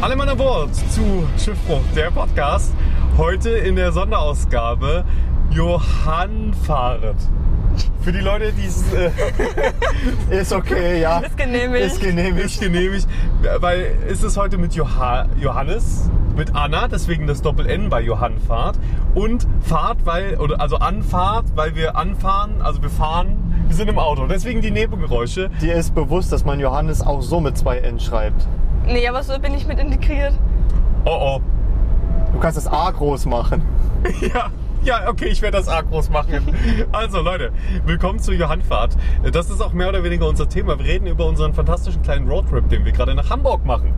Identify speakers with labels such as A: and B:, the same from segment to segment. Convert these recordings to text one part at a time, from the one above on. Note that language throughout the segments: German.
A: Alle Mann an Bord zu Schiffbruch, der Podcast. Heute in der Sonderausgabe Johann Fahret. Für die Leute, die es äh,
B: Ist okay, ja.
C: Ist genehmigt.
B: Ist genehmigt.
A: nicht genehmigt, weil ist es heute mit Joha Johannes, mit Anna, deswegen das Doppel-N bei Johann Fahrt und Fahrt, weil, oder also Anfahrt, weil wir anfahren, also wir fahren, wir sind im Auto. Deswegen die Nebengeräusche.
B: Dir ist bewusst, dass man Johannes auch so mit zwei N schreibt.
C: Nee, aber so bin ich mit integriert.
A: Oh oh.
B: Du kannst das A groß machen.
A: Ja, ja, okay, ich werde das arg groß machen. Also Leute, willkommen zur Johannfahrt. Das ist auch mehr oder weniger unser Thema. Wir reden über unseren fantastischen kleinen Roadtrip, den wir gerade nach Hamburg machen.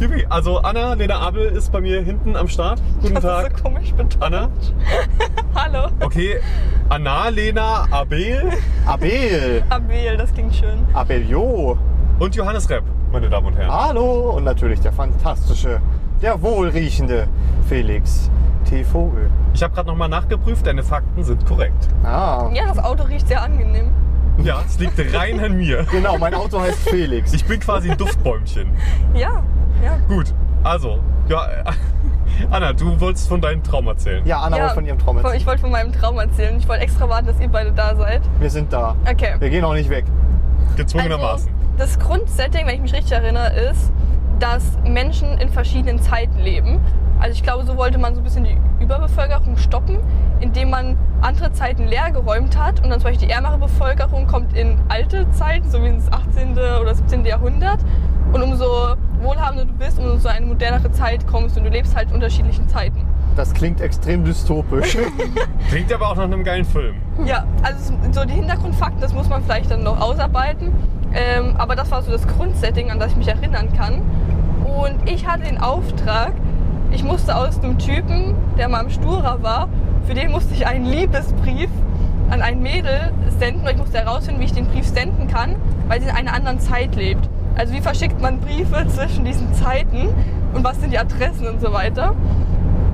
A: Yippie. Also Anna, Lena Abel ist bei mir hinten am Start. Guten
C: Das
A: Tag,
C: ist so komisch betont.
A: Anna.
C: Hallo.
A: Okay, Anna, Lena, Abel
B: Abel.
C: Abel, das klingt schön.
B: Abelio.
A: und Johannes Repp, meine Damen und Herren.
B: Hallo. Und natürlich der fantastische, der wohlriechende Felix T. Vogel.
A: Ich habe gerade nochmal nachgeprüft, deine Fakten sind korrekt.
B: Ah.
C: Ja, das Auto riecht sehr angenehm.
A: Ja, es liegt rein an mir.
B: Genau, mein Auto heißt Felix.
A: Ich bin quasi ein Duftbäumchen.
C: Ja, ja.
A: Gut, also, ja, Anna, du wolltest von deinem Traum erzählen.
B: Ja, Anna
C: ja,
B: wollte von ihrem Traum erzählen.
C: Ich wollte von meinem Traum erzählen. Ich wollte extra warten, dass ihr beide da seid.
B: Wir sind da.
C: Okay.
B: Wir gehen auch nicht weg.
A: Gezwungenermaßen.
C: Also, das Grundsetting, wenn ich mich richtig erinnere, ist, dass Menschen in verschiedenen Zeiten leben. Also ich glaube, so wollte man so ein bisschen die Überbevölkerung stoppen, indem man andere Zeiten leer geräumt hat und dann zum Beispiel die ärmere Bevölkerung kommt in alte Zeiten, so wie ins 18. oder 17. Jahrhundert. Und umso wohlhabender du bist, umso eine modernere Zeit kommst und du lebst halt in unterschiedlichen Zeiten.
B: Das klingt extrem dystopisch.
A: Klingt aber auch nach einem geilen Film.
C: Ja, also es- so die Hintergrundfakten, das muss man vielleicht dann noch ausarbeiten. Ähm, aber das war so das Grundsetting, an das ich mich erinnern kann. Und ich hatte den Auftrag, ich musste aus einem Typen, der mal im Sturer war, für den musste ich einen Liebesbrief an ein Mädel senden. Und ich musste herausfinden, wie ich den Brief senden kann, weil sie in einer anderen Zeit lebt. Also wie verschickt man Briefe zwischen diesen Zeiten und was sind die Adressen und so weiter.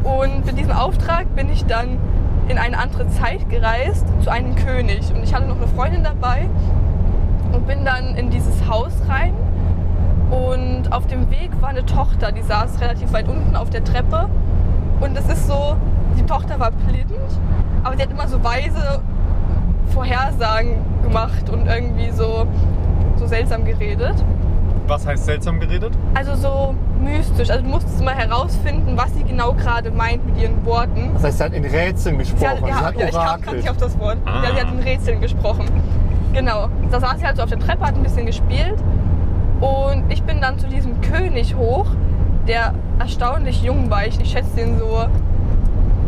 C: Und mit diesem Auftrag bin ich dann in eine andere Zeit gereist zu einem König. Und ich hatte noch eine Freundin dabei und bin dann in dieses Haus rein. Und auf dem Weg war eine Tochter, die saß relativ weit unten auf der Treppe. Und es ist so, die Tochter war blind, aber sie hat immer so weise Vorhersagen gemacht und irgendwie so, so seltsam geredet.
A: Was heißt seltsam geredet?
C: Also so mystisch. Also du musstest immer herausfinden, was sie genau gerade meint mit ihren Worten.
B: Das heißt, sie hat in Rätseln
C: Sie hat,
B: gesprochen.
C: ja, ja, ich kam gerade nicht auf das Wort.
A: Ah.
C: Ja, sie hat in Rätseln gesprochen. Genau. Da saß sie halt so auf der Treppe, hat ein bisschen gespielt. Und ich bin dann zu diesem König hoch, der erstaunlich jung war. Ich, ich schätze den so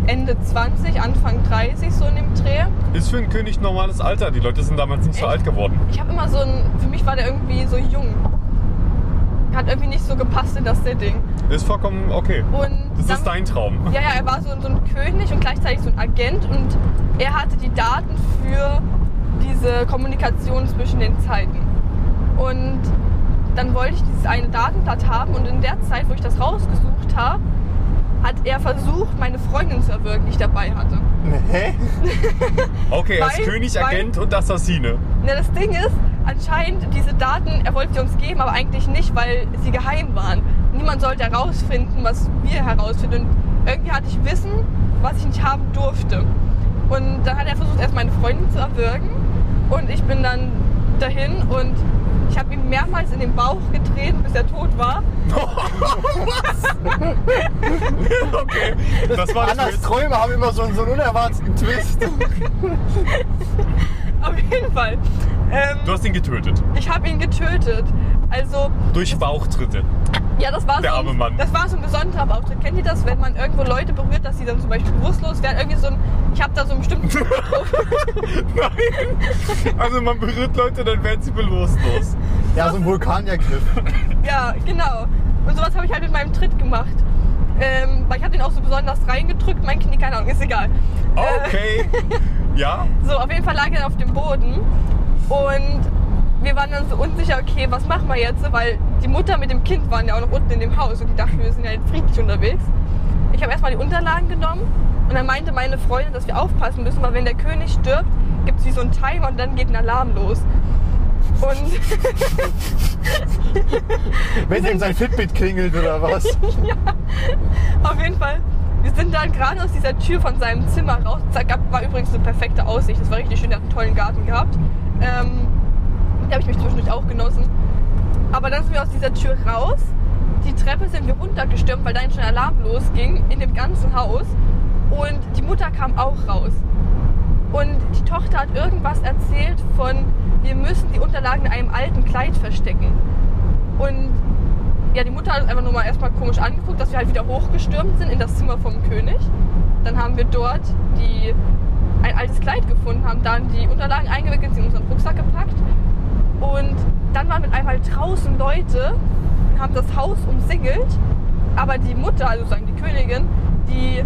C: Ende 20, Anfang 30 so in dem Dreh.
A: Ist für einen König normales Alter. Die Leute sind damals nicht so
C: Echt?
A: alt geworden.
C: Ich habe immer so ein, für mich war der irgendwie so jung. Hat irgendwie nicht so gepasst in das Setting.
A: Ist vollkommen okay.
C: Und
A: Das
C: dann-
A: ist dein Traum.
C: Ja, ja, er war so, so ein König und gleichzeitig so ein Agent und er hatte die Daten für diese Kommunikation zwischen den Zeiten. Und dann wollte ich dieses eine Datenblatt haben und in der Zeit, wo ich das rausgesucht habe, hat er versucht, meine Freundin zu erwürgen, die ich dabei hatte.
B: Ne, Hä?
A: Okay, er ist
C: Weil-
A: König,
C: weil-
A: Agent und Assassine.
C: Na, das Ding ist, anscheinend diese Daten, er wollte sie uns geben, aber eigentlich nicht, weil sie geheim waren. Niemand sollte herausfinden, was wir herausfinden. Und irgendwie hatte ich Wissen, was ich nicht haben durfte. Und dann hat er versucht, erst meine Freundin zu erwürgen. Und ich bin dann dahin und ich habe ihm mehrmals in den Bauch getreten, bis er tot war.
A: Okay, das war nicht
B: Annas
A: wild.
B: Träume haben immer so einen, so einen unerwarteten Twist.
C: Auf jeden Fall. Ähm,
A: Du hast ihn getötet.
C: ich habe ihn getötet. Also
A: Durch Bauchtritte.
C: Ja, das war,
A: Der
C: so
A: arme
C: ein,
A: Mann.
C: das war so ein besonderer Auftritt. Kennt ihr das, wenn man irgendwo Leute berührt, dass sie dann zum Beispiel bewusstlos werden? Irgendwie so ein, ich habe da so einen bestimmten.
A: Nein. Also man berührt Leute, dann werden sie bewusstlos.
B: Ja, so ein Vulkanergriff.
C: ja, genau. Und sowas habe ich halt mit meinem Tritt gemacht. Ähm, weil ich habe den auch so besonders reingedrückt, mein Knie, keine Ahnung, ist egal.
A: Okay. Ja?
C: So, auf jeden Fall lag er auf dem Boden und wir waren dann so unsicher, okay, was machen wir jetzt? Weil die Mutter mit dem Kind waren ja auch noch unten in dem Haus und die dachten, wir sind ja jetzt friedlich unterwegs. Ich habe erstmal die Unterlagen genommen und dann meinte meine Freundin, dass wir aufpassen müssen, weil wenn der König stirbt, gibt es wie so einen Timer und dann geht ein Alarm los. Und
B: Wenn ihm sein Fitbit klingelt oder was.
C: Auf jeden Fall, wir sind dann gerade aus dieser Tür von seinem Zimmer raus. Das gab, war übrigens eine perfekte Aussicht. Das war richtig schön, der hat einen tollen Garten gehabt. Ähm, da habe ich mich zwischendurch auch genossen. Aber dann sind wir aus dieser Tür raus. Die Treppe sind wir runtergestürmt, weil dann schon der Alarm losging in dem ganzen Haus. Und die Mutter kam auch raus. Und die Tochter hat irgendwas erzählt von, wir müssen die Unterlagen in einem alten Kleid verstecken. Und ja, die Mutter hat uns einfach nur mal erstmal komisch angeguckt, dass wir halt wieder hochgestürmt sind in das Zimmer vom König. Dann haben wir dort die, ein altes Kleid gefunden, haben dann die Unterlagen eingewickelt, sie in unseren Rucksack gepackt. Und dann waren mit einmal draußen Leute und haben das Haus umsingelt. Aber die Mutter, also sozusagen die Königin, die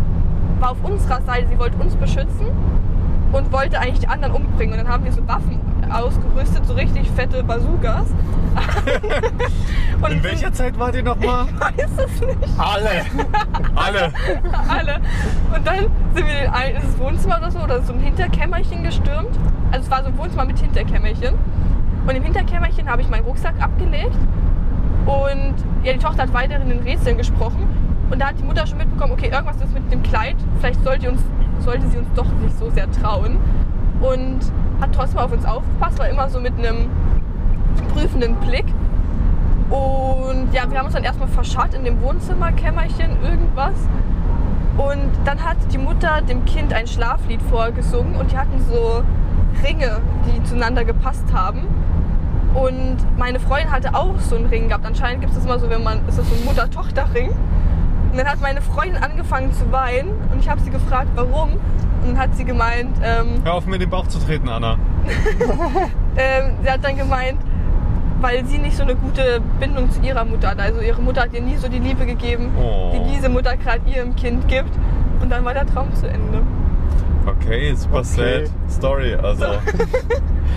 C: war auf unserer Seite, sie wollte uns beschützen und wollte eigentlich die anderen umbringen. Und dann haben wir so Waffen ausgerüstet, so richtig fette Bazookas. und
A: In welcher Zeit war die nochmal?
C: weiß es nicht.
B: Alle.
A: Alle.
C: alle. Und dann sind wir in ein ins Wohnzimmer oder so, oder so ein Hinterkämmerchen gestürmt. Also es war so ein Wohnzimmer mit Hinterkämmerchen. Und im Hinterkämmerchen habe ich meinen Rucksack abgelegt. Und ja, die Tochter hat weiterhin in Rätseln gesprochen. Und da hat die Mutter schon mitbekommen, okay, irgendwas ist mit dem Kleid. Vielleicht sollte, uns, sollte sie uns doch nicht so sehr trauen. Und hat trotzdem auf uns aufgepasst, war immer so mit einem prüfenden Blick. Und ja, wir haben uns dann erstmal verscharrt in dem Wohnzimmerkämmerchen, irgendwas. Und dann hat die Mutter dem Kind ein Schlaflied vorgesungen und die hatten so Ringe, die zueinander gepasst haben. Und meine Freundin hatte auch so einen Ring gehabt. Anscheinend gibt es das immer so, wenn man, ist das so ein Mutter-Tochter-Ring. Und dann hat meine Freundin angefangen zu weinen und ich habe sie gefragt, warum. Und dann hat sie gemeint, ähm,
A: Hör auf, mir in den Bauch zu treten, Anna.
C: ähm, sie hat dann gemeint, weil sie nicht so eine gute Bindung zu ihrer Mutter hat. Also ihre Mutter hat ihr nie so die Liebe gegeben,
A: Oh.
C: die diese Mutter gerade ihrem Kind gibt. Und dann war der Traum zu Ende.
A: Okay, super
B: Okay.
A: sad Story. Also.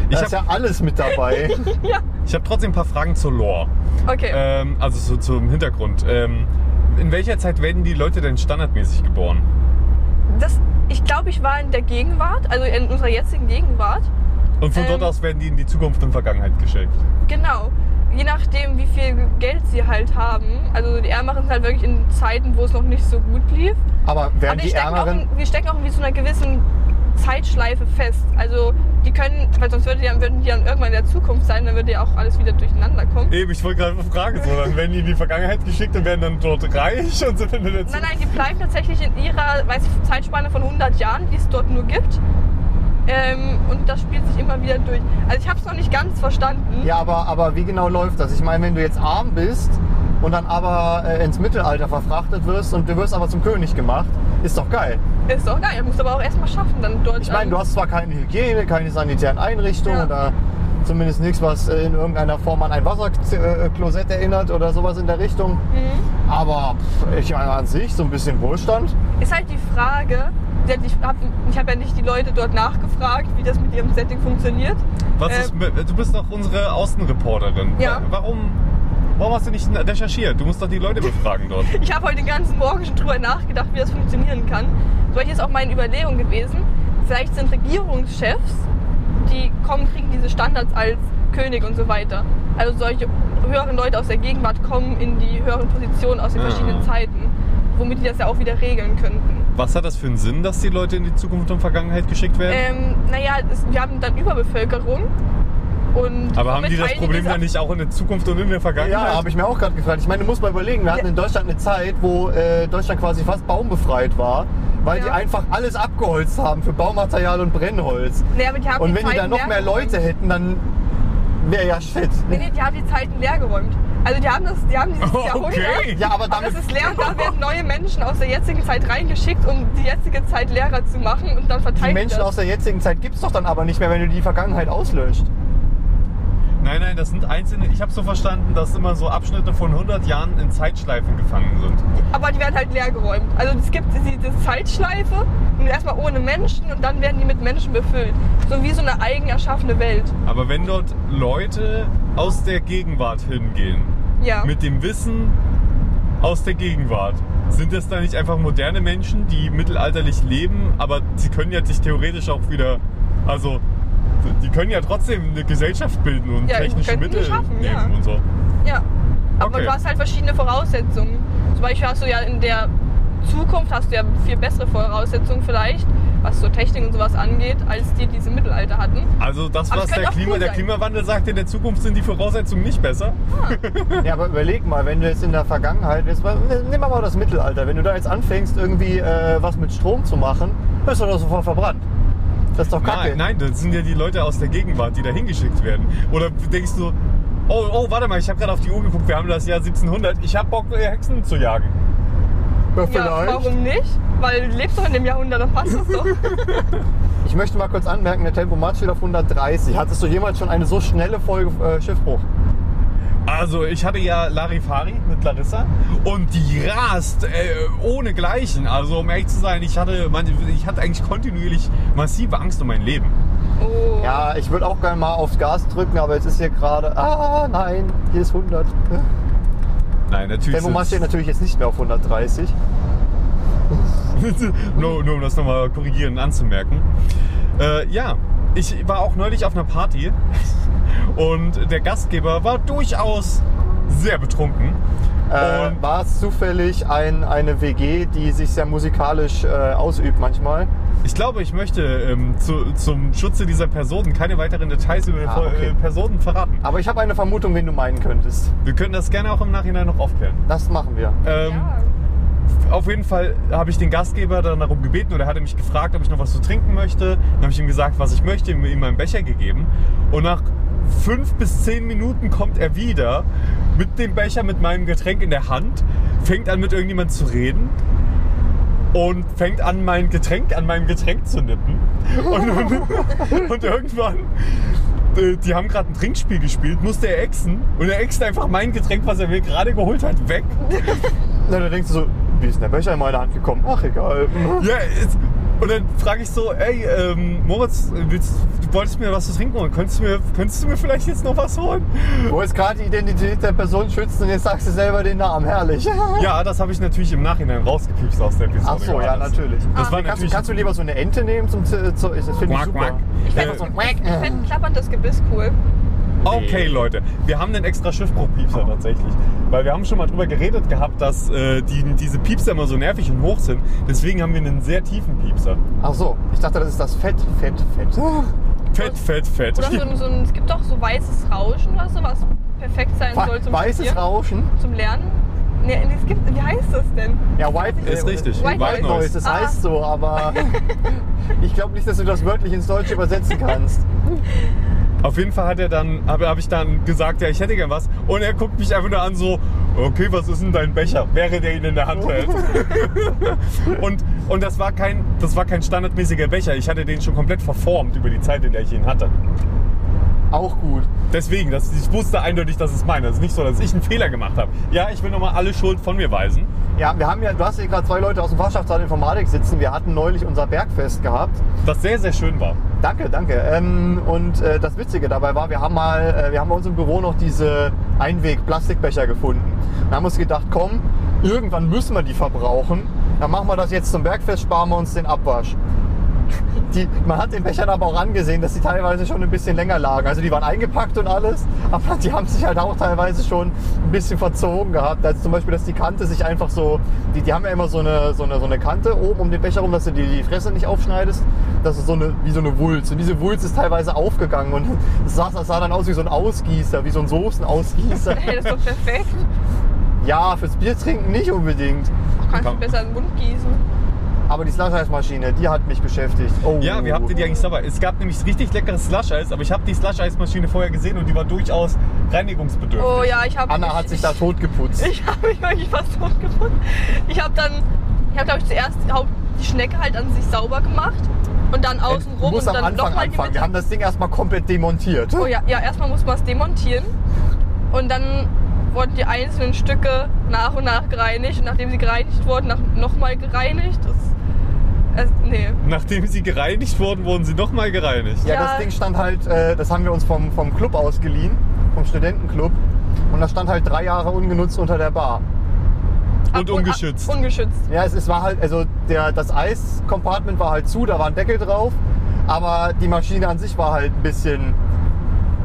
A: Ich
B: Da
C: Äh,
B: ist
A: habe
B: ja alles mit dabei.
A: ich hab trotzdem ein paar Fragen zur Lore.
C: Okay.
A: Ähm, also so zum Hintergrund. Ähm, in welcher Zeit werden die Leute denn standardmäßig geboren?
C: Das, ich glaube, ich war in der Gegenwart, also in unserer jetzigen Gegenwart.
A: Und von
C: Ähm.
A: dort aus werden die in die Zukunft und Vergangenheit geschickt.
C: Genau. Je nachdem, wie viel Geld sie halt haben. Also die Ärmeren sind halt wirklich in Zeiten, wo es noch nicht so gut lief.
B: Aber werden
C: Aber die,
B: die
C: stecken auch
B: Ärmeren.
C: in, die stecken auch in so einer gewissen Zeitschleife fest. Also die können, weil sonst würde die, dann- würden die dann irgendwann in der Zukunft sein, dann würde ja auch alles wieder durcheinander kommen.
A: Eben, ich wollte gerade fragen, so, dann werden die in die Vergangenheit geschickt und werden dann dort reich und sind dann in der
C: Nein,
A: Zukunft.
C: nein, die bleiben tatsächlich in ihrer weiß ich, Zeitspanne von 100 Jahren, die es dort nur gibt. Ähm, und das spielt sich immer wieder durch. Also ich habe es noch nicht ganz verstanden.
B: Ja, aber, aber wie genau läuft das? Ich meine, wenn du jetzt arm bist und dann aber äh, ins Mittelalter verfrachtet wirst und du wirst aber zum König gemacht, ist doch geil.
C: Ist doch geil, muss aber auch erstmal schaffen, dann dort.
B: Ich meine, du hast zwar keine Hygiene, keine sanitären Einrichtungen
C: Ähm. Ja.
B: oder zumindest nichts, was äh, in irgendeiner Form an ein Wasserklosett erinnert oder sowas in der Richtung.
C: Mhm.
B: Aber pff, ich meine, an sich so ein bisschen Wohlstand.
C: Ist halt die Frage, denn ich habe ich hab ja nicht die Leute dort nachgefragt, wie das mit ihrem Setting funktioniert.
A: Was
C: Ähm.
A: ist, mit- du bist doch unsere Außenreporterin. Äh,
C: Ja.
A: Warum, warum hast du nicht recherchiert? Du musst doch die Leute befragen dort.
C: Ich habe heute den ganzen Morgen schon drüber nachgedacht, wie das funktionieren kann. Solche ist auch meine Überlegung gewesen. Vielleicht sind Regierungschefs, die kommen, kriegen diese Standards als König und so weiter. Also solche höheren Leute aus der Gegenwart kommen in die höheren Positionen aus den
B: Mhm.
A: Ah.
C: verschiedenen Zeiten, womit die das ja auch wieder regeln könnten.
A: Was hat das für einen Sinn, dass die Leute in die Zukunft und Vergangenheit geschickt werden?
C: Ähm, naja, es, wir haben dann Überbevölkerung. Und
A: Aber haben
C: somit
A: die das
C: teilen
A: Problem
C: diese-
A: dann nicht auch in der Zukunft und in der Vergangenheit?
B: Ja, habe ich mir auch gerade gefragt. Ich meine, du musst mal überlegen, wir hatten
C: genau. Ja.
B: in Deutschland eine Zeit, wo äh, Deutschland quasi fast baumbefreit war, weil
C: Ja.
B: die einfach alles abgeholzt haben für Baumaterial und Brennholz.
C: Naja, aber die haben
B: Und
C: die
B: wenn die
C: Zeit
B: dann noch mehr
C: hergenommen.
B: Leute hätten, dann wäre ja shit.
C: Nee, nee, die haben die Zeiten leergeräumt. Also die haben das, die haben dieses
A: Okay.
C: Jahrhundert.
B: Ja, aber
C: Aber
B: damit
C: es ist leer und da werden neue Menschen aus der jetzigen Zeit reingeschickt, um die jetzige Zeit leerer zu machen und dann verteilt
B: die Menschen
C: das.
B: aus der jetzigen Zeit gibt es doch dann aber nicht mehr, wenn du die Vergangenheit auslöscht.
A: Nein, nein, das sind einzelne. Ich habe so verstanden, dass immer so Abschnitte von 100 Jahren in Zeitschleifen gefangen sind.
C: Aber die werden halt leer geräumt. Also es gibt diese Zeitschleife, und erstmal ohne Menschen und dann werden die mit Menschen befüllt. So wie so eine eigen erschaffene Welt.
A: Aber wenn dort Leute aus der Gegenwart hingehen,
C: Ja.
A: mit dem Wissen aus der Gegenwart, sind das dann nicht einfach moderne Menschen, die mittelalterlich leben, aber sie können ja sich theoretisch auch wieder, also Die können ja trotzdem eine Gesellschaft bilden und
C: Ja, die
A: technische
C: könnten die
A: Mittel
C: schaffen,
A: nehmen
C: ja.
A: und so.
C: Ja. Aber
A: Okay.
C: du hast halt verschiedene Voraussetzungen. Zum Beispiel hast du ja in der Zukunft hast du ja viel bessere Voraussetzungen vielleicht, was so Technik und sowas angeht, als die, die sie im Mittelalter hatten.
A: Also das,
C: Aber es
A: was
C: könnte
A: der,
C: auch
A: Klima,
C: cool
A: der
C: sein.
A: Klimawandel sagt, in der Zukunft sind die Voraussetzungen nicht besser.
B: Ja, aber überleg mal, wenn du jetzt in der Vergangenheit, jetzt mal, nimm mal das Mittelalter, wenn du da jetzt anfängst, irgendwie äh, was mit Strom zu machen, wirst du doch sofort verbrannt. Das ist doch kacke.
A: Nein, nein, das sind ja die Leute aus der Gegenwart, die da hingeschickt werden. Oder denkst du, oh, oh, warte mal, ich habe gerade auf die Uhr geguckt, wir haben das Jahr 1700, ich habe Bock, äh, Hexen zu jagen.
B: Ja,
C: Ja,
B: vielleicht.
C: warum nicht? Weil du lebst doch in dem Jahrhundert, dann passt das doch.
B: Ich möchte mal kurz anmerken, der Tempomat steht auf 130. Hattest du jemals schon eine so schnelle Folge äh, Schiffbruch?
A: Also, ich hatte ja Larifari mit Larissa und die rast äh, ohne Gleichen. Also, um ehrlich zu sein, ich hatte, meine, ich hatte eigentlich kontinuierlich massive Angst um mein Leben.
C: Oh.
B: Ja, ich würde auch gerne mal aufs Gas drücken, aber jetzt ist hier gerade, ah nein, hier ist 100.
A: Nein, natürlich.
B: Tempomat steht natürlich jetzt nicht mehr auf 130.
A: nur, nur um das nochmal korrigieren anzumerken. Äh, ja, ich war auch neulich auf einer Party und der Gastgeber war durchaus sehr betrunken.
B: Äh,
A: Und-
B: War es zufällig ein, eine WG, die sich sehr musikalisch äh, ausübt manchmal?
A: Ich glaube, ich möchte ähm, zu, zum Schutze dieser Personen keine weiteren Details über
B: Ah, okay.
A: äh, Personen verraten.
B: Aber ich habe eine Vermutung, wen du meinen könntest.
A: Wir können das gerne auch im Nachhinein noch aufklären.
B: Das machen wir.
A: Ähm,
C: Ja.
A: Auf jeden Fall habe ich den Gastgeber dann darum gebeten oder er hatte mich gefragt, ob ich noch was zu trinken möchte. Dann habe ich ihm gesagt, was ich möchte, ihm ihm meinen Becher gegeben. Und nach fünf bis zehn Minuten kommt er wieder mit dem Becher, mit meinem Getränk in der Hand, fängt an mit irgendjemand zu reden und fängt an, mein Getränk an meinem Getränk zu nippen. Und, und, und irgendwann, äh, die haben gerade ein Trinkspiel gespielt, musste er exen und er ext einfach mein Getränk, was er mir gerade geholt hat, weg.
B: Na, da denkst du so, wie ist denn der Becher in meine Hand gekommen? Ach, egal.
A: Ja, es- und dann frage ich so, ey, ähm, Moritz, willst, du wolltest mir was zu trinken holen. Könntest du, mir, könntest du mir vielleicht jetzt noch was holen?
B: Du wolltest gerade die Identität der Person schützen und jetzt sagst du selber den Namen. Herrlich.
A: Ja, das habe ich natürlich im Nachhinein rausgepiepst aus der Episode.
B: Ach so, ja,
A: Johannes.
B: natürlich.
C: Ah.
B: Ah,
A: Das war
B: kannst, du-
A: natürlich...
B: kannst du lieber so eine Ente nehmen zum Z- zu, Das finde ich
A: Quack,
B: super.
A: quack.
B: Ich
A: Äh,
B: einfach so ein
C: Ich
B: Quack.
C: fände klapperndes Gebiss cool.
A: Okay, Leute, wir haben einen extra Schiffbruchpiepser tatsächlich. Weil wir haben schon mal drüber geredet gehabt, dass äh, die, diese Piepser immer so nervig und hoch sind. Deswegen haben wir einen sehr tiefen Piepser.
B: Ach so, ich dachte, das ist das Fett, Fett, Fett.
C: Oh,
A: Fett, fett, fett.
C: Oder so, ein- so ein, es gibt doch so weißes Rauschen oder so, was perfekt sein soll zum
B: Weißes
C: Studieren,
B: Rauschen.
C: Zum Lernen. Nee, es gibt, wie heißt das denn?
B: Ja, White
A: Ist
B: äh,
A: richtig.
B: White,
C: White
B: White
C: Noise.
B: Noise, das
C: Ah.
B: heißt so, aber ich glaube nicht, dass du das wörtlich ins Deutsche übersetzen kannst.
A: Auf jeden Fall hat er dann, habe hab ich dann gesagt, ja, ich hätte gern was. Und er guckt mich einfach nur an so, okay, was ist denn dein Becher? Während er ihn in der Hand hält. und und das, war kein, das war kein standardmäßiger Becher. Ich hatte den schon komplett verformt über die Zeit, in der ich ihn hatte.
B: Auch gut.
A: Deswegen, das, ich wusste eindeutig, dass es meiner ist. Nicht so, dass ich einen Fehler gemacht habe. Ja, ich will nochmal alle Schuld von mir weisen.
B: Ja, wir haben ja, du hast hier gerade zwei Leute aus dem Fachschaftsrat Informatik sitzen. Wir hatten neulich unser Bergfest gehabt.
A: Das sehr, sehr schön war.
B: Danke, danke. Ähm, und äh, das Witzige dabei war, wir haben mal, äh, wir haben bei uns im Büro noch diese Einweg-Plastikbecher gefunden. Und haben uns gedacht, komm, irgendwann müssen wir die verbrauchen. Dann machen wir das jetzt zum Bergfest, sparen wir uns den Abwasch. Die, man hat den Bechern aber auch angesehen, dass die teilweise schon ein bisschen länger lagen. Also die waren eingepackt und alles, aber die haben sich halt auch teilweise schon ein bisschen verzogen gehabt. Also zum Beispiel, dass die Kante sich einfach so, die, die haben ja immer so eine, so, eine, so eine Kante oben um den Becher rum, dass du die, die Fresse nicht aufschneidest. Das ist so eine, wie so eine Wulst. Und diese Wulst ist teilweise aufgegangen und das sah, das sah dann aus wie so ein Ausgießer, wie so ein Soßenausgießer.
C: Hey, das ist doch perfekt.
B: ja, fürs Bier trinken nicht unbedingt.
C: Du kannst
A: Komm.
C: du besser in den Mund gießen.
B: Aber die Slush-Eismaschine, die hat mich beschäftigt. Oh.
A: Ja, wir habt ihr die eigentlich dabei? Es gab nämlich richtig leckeres Slush-Eis, aber ich habe die Slush-Eis-Maschine vorher gesehen und die war durchaus reinigungsbedürftig.
C: Oh ja, ich habe.
B: Anna hat sich da tot geputzt.
C: Ich habe mich wirklich fast tot gefunden. Ich habe dann, ich habe glaube ich zuerst die Haupt- die Schnecke halt an sich sauber gemacht und dann außen
B: Äh, Du
C: rum und
B: musst am
C: dann
B: Anfang
C: nochmal die
B: anfangen. Wir
C: Mitte.
B: haben das Ding erstmal komplett demontiert.
C: Oh ja, ja, erstmal muss man es demontieren und dann wurden die einzelnen Stücke nach und nach gereinigt und nachdem sie gereinigt wurden, nach, nochmal gereinigt. Das, es, nee.
A: Nachdem sie gereinigt wurden, wurden sie nochmal gereinigt.
B: Ja,
C: Ja.
B: das Ding stand halt, äh, das haben wir uns vom, vom Club ausgeliehen, vom Studentenclub. Und das stand halt drei Jahre ungenutzt unter der Bar.
A: Und
C: Ab-
A: ungeschützt.
C: Ab, ungeschützt.
B: Ja, es, es war halt, also der, das Eiscompartment war halt zu, da war ein Deckel drauf. Aber die Maschine an sich war halt ein bisschen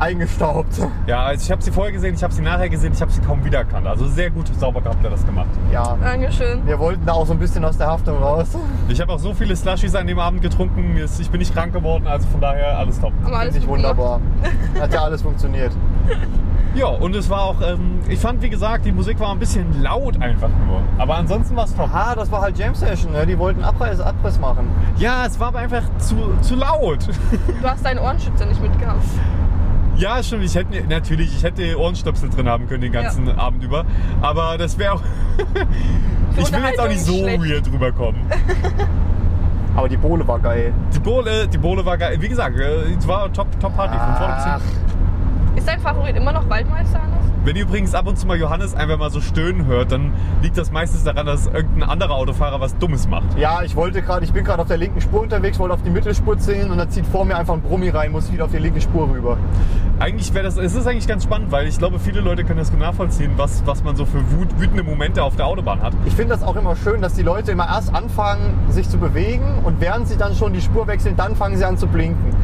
B: eingestaubt.
A: Ja, also ich habe sie vorher gesehen, ich habe sie nachher gesehen, ich habe sie kaum wiedererkannt. Also sehr gut sauber gehabt, der das gemacht.
B: Ja.
C: Dankeschön.
B: Wir wollten da auch so ein bisschen aus der Haftung raus.
A: Ich habe auch so viele Slushies an dem Abend getrunken, mir ist- ich bin nicht krank geworden, also von daher alles top.
C: Aber alles
B: Finde ich
C: gut gemacht.
B: wunderbar. Hat ja alles funktioniert.
A: Ja, und es war auch, ähm, ich fand wie gesagt, die Musik war ein bisschen laut einfach nur. Aber ansonsten war es top.
B: Ah, das war halt Jam Session, ne? die wollten Abriss, Abriss machen.
A: Ja, es war aber einfach zu, zu laut.
C: Du hast deinen Ohrenschützer nicht mitgehabt.
A: Ja, stimmt. Ich hätte natürlich, ich hätte Ohrenstöpsel drin haben können den ganzen Abend über. Aber das wäre auch. ich will jetzt auch nicht so
C: Unterhaltung ist
A: weird rüberkommen.
B: Aber die Bohle war geil.
A: Die Bohle, die Bohle war geil. Wie gesagt, äh, es war top, top Party von vorne bis
B: Ach,
A: hinten.
C: Ist dein Favorit immer noch Waldmeister, Hannes?
A: Wenn ihr übrigens ab und zu mal Johannes einfach mal so stöhnen hört, dann liegt das meistens daran, dass irgendein anderer Autofahrer was Dummes macht.
B: ja, ich wollte gerade, ich bin gerade auf der linken Spur unterwegs, wollte auf die Mittelspur ziehen und dann zieht vor mir einfach ein Brummi rein, muss wieder auf die linke Spur rüber.
A: Eigentlich wäre das, es ist eigentlich ganz spannend, weil ich glaube, viele Leute können das gut nachvollziehen, was, was man so für wut, wütende Momente auf der Autobahn hat.
B: Ich finde das auch immer schön, dass die Leute immer erst anfangen, sich zu bewegen und während sie dann schon die Spur wechseln, dann fangen sie an zu blinken.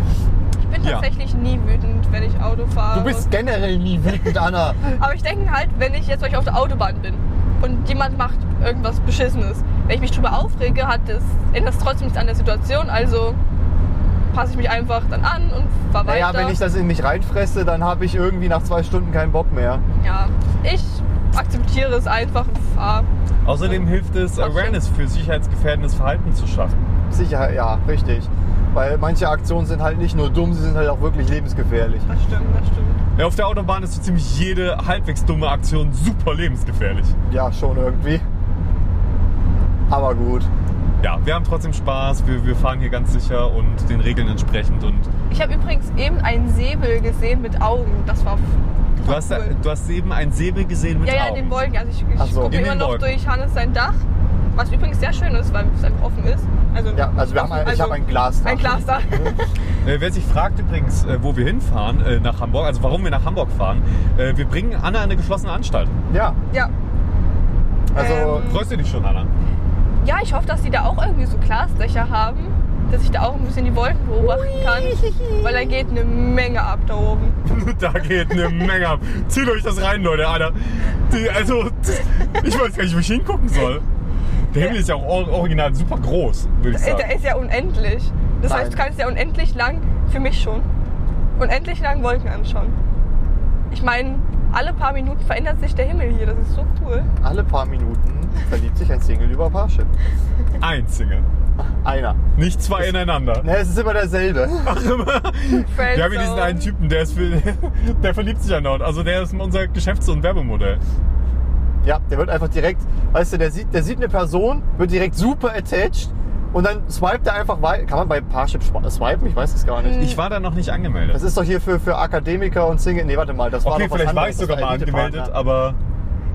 C: Ich bin
A: Ja.
C: tatsächlich nie wütend, wenn ich Auto fahre.
B: Du bist generell nie wütend, Anna.
C: Aber ich denke halt, wenn ich jetzt zum Beispiel auf der Autobahn bin und jemand macht irgendwas Beschissenes, wenn ich mich drüber aufrege, hat das, ändert es trotzdem nichts an der Situation. Also passe ich mich einfach dann an und fahr
B: Naja,
C: weiter.
B: wenn ich das in mich reinfresse, dann habe ich irgendwie nach zwei Stunden keinen Bock mehr.
C: ja, ich akzeptiere es einfach und fahre.
A: Außerdem hilft es,
C: Trotzdem.
A: Awareness für sicherheitsgefährdendes Verhalten zu schaffen.
B: Sicherheit, ja, richtig. Weil manche Aktionen sind halt nicht nur dumm, sie sind halt auch wirklich lebensgefährlich.
C: Das stimmt, das stimmt.
A: Ja, auf der Autobahn ist so ziemlich jede halbwegs dumme Aktion super lebensgefährlich.
B: Ja, schon irgendwie. Aber gut.
A: Ja, wir haben trotzdem Spaß, wir, wir fahren hier ganz sicher und den Regeln entsprechend. Und
C: Ich habe übrigens eben einen Säbel gesehen mit Augen. Das war.
A: du hast,
C: cool.
A: du hast eben ein Säbel gesehen mit
C: ja, ja, in
A: Augen.
C: den Wolken. Also ich,
B: Ach
C: ich
B: so,
C: gucke
A: in
C: immer
A: den
C: noch
A: Wolken.
C: durch Hannes sein Dach. Was übrigens sehr schön ist, weil es einfach offen ist. Also,
B: Ja, also wir haben ein, ich habe ein Glas da.
C: Ein Glas da.
A: Äh, wer sich fragt übrigens, äh, wo wir hinfahren äh, nach Hamburg, also warum wir nach Hamburg fahren, äh, wir bringen Anna in eine geschlossene Anstalt.
B: Ja,
C: ja.
B: also
C: Ähm,
A: Freust du dich schon, Anna?
C: ja, ich hoffe, dass die da auch irgendwie so Glasdächer haben, dass ich da auch ein bisschen die Wolken beobachten kann. Weil da geht eine Menge ab da oben.
A: da geht eine Menge ab. Zieht euch das rein, Leute, Alter. Die, also, ich weiß gar nicht, wo ich hingucken soll. Der Himmel ist ja auch or- original super groß, würde ich
C: Ey,
A: sagen.
C: Der ist ja unendlich. Das
B: Nein.
C: heißt, du kannst ja unendlich lang, für mich schon, unendlich lang Wolken anschauen. Ich meine, alle paar Minuten verändert sich der Himmel hier. Das ist so cool.
B: alle paar Minuten verliebt sich ein Single über Parship.
A: Ein Single.
B: Einer.
A: Nicht zwei ineinander.
B: Ne, es ist immer derselbe.
A: Wir haben hier
C: Friendzone.
A: diesen einen Typen, der, ist für, der verliebt sich an Nord. Also der ist unser Geschäfts- und Werbemodell.
B: Ja, der wird einfach direkt, weißt du, der sieht, der sieht eine Person, wird direkt super attached und dann swipet er einfach weiter. Kann man bei Parship swa- swipen? Ich weiß es gar
C: Hm.
B: nicht.
A: Ich war da noch nicht angemeldet.
B: Das ist doch hier für, für Akademiker und Single. Nee, warte mal, das war
A: okay,
B: doch was
A: vielleicht war ich
B: anderes.
A: sogar
B: das
A: mal
B: Elite-Partner.
A: angemeldet, aber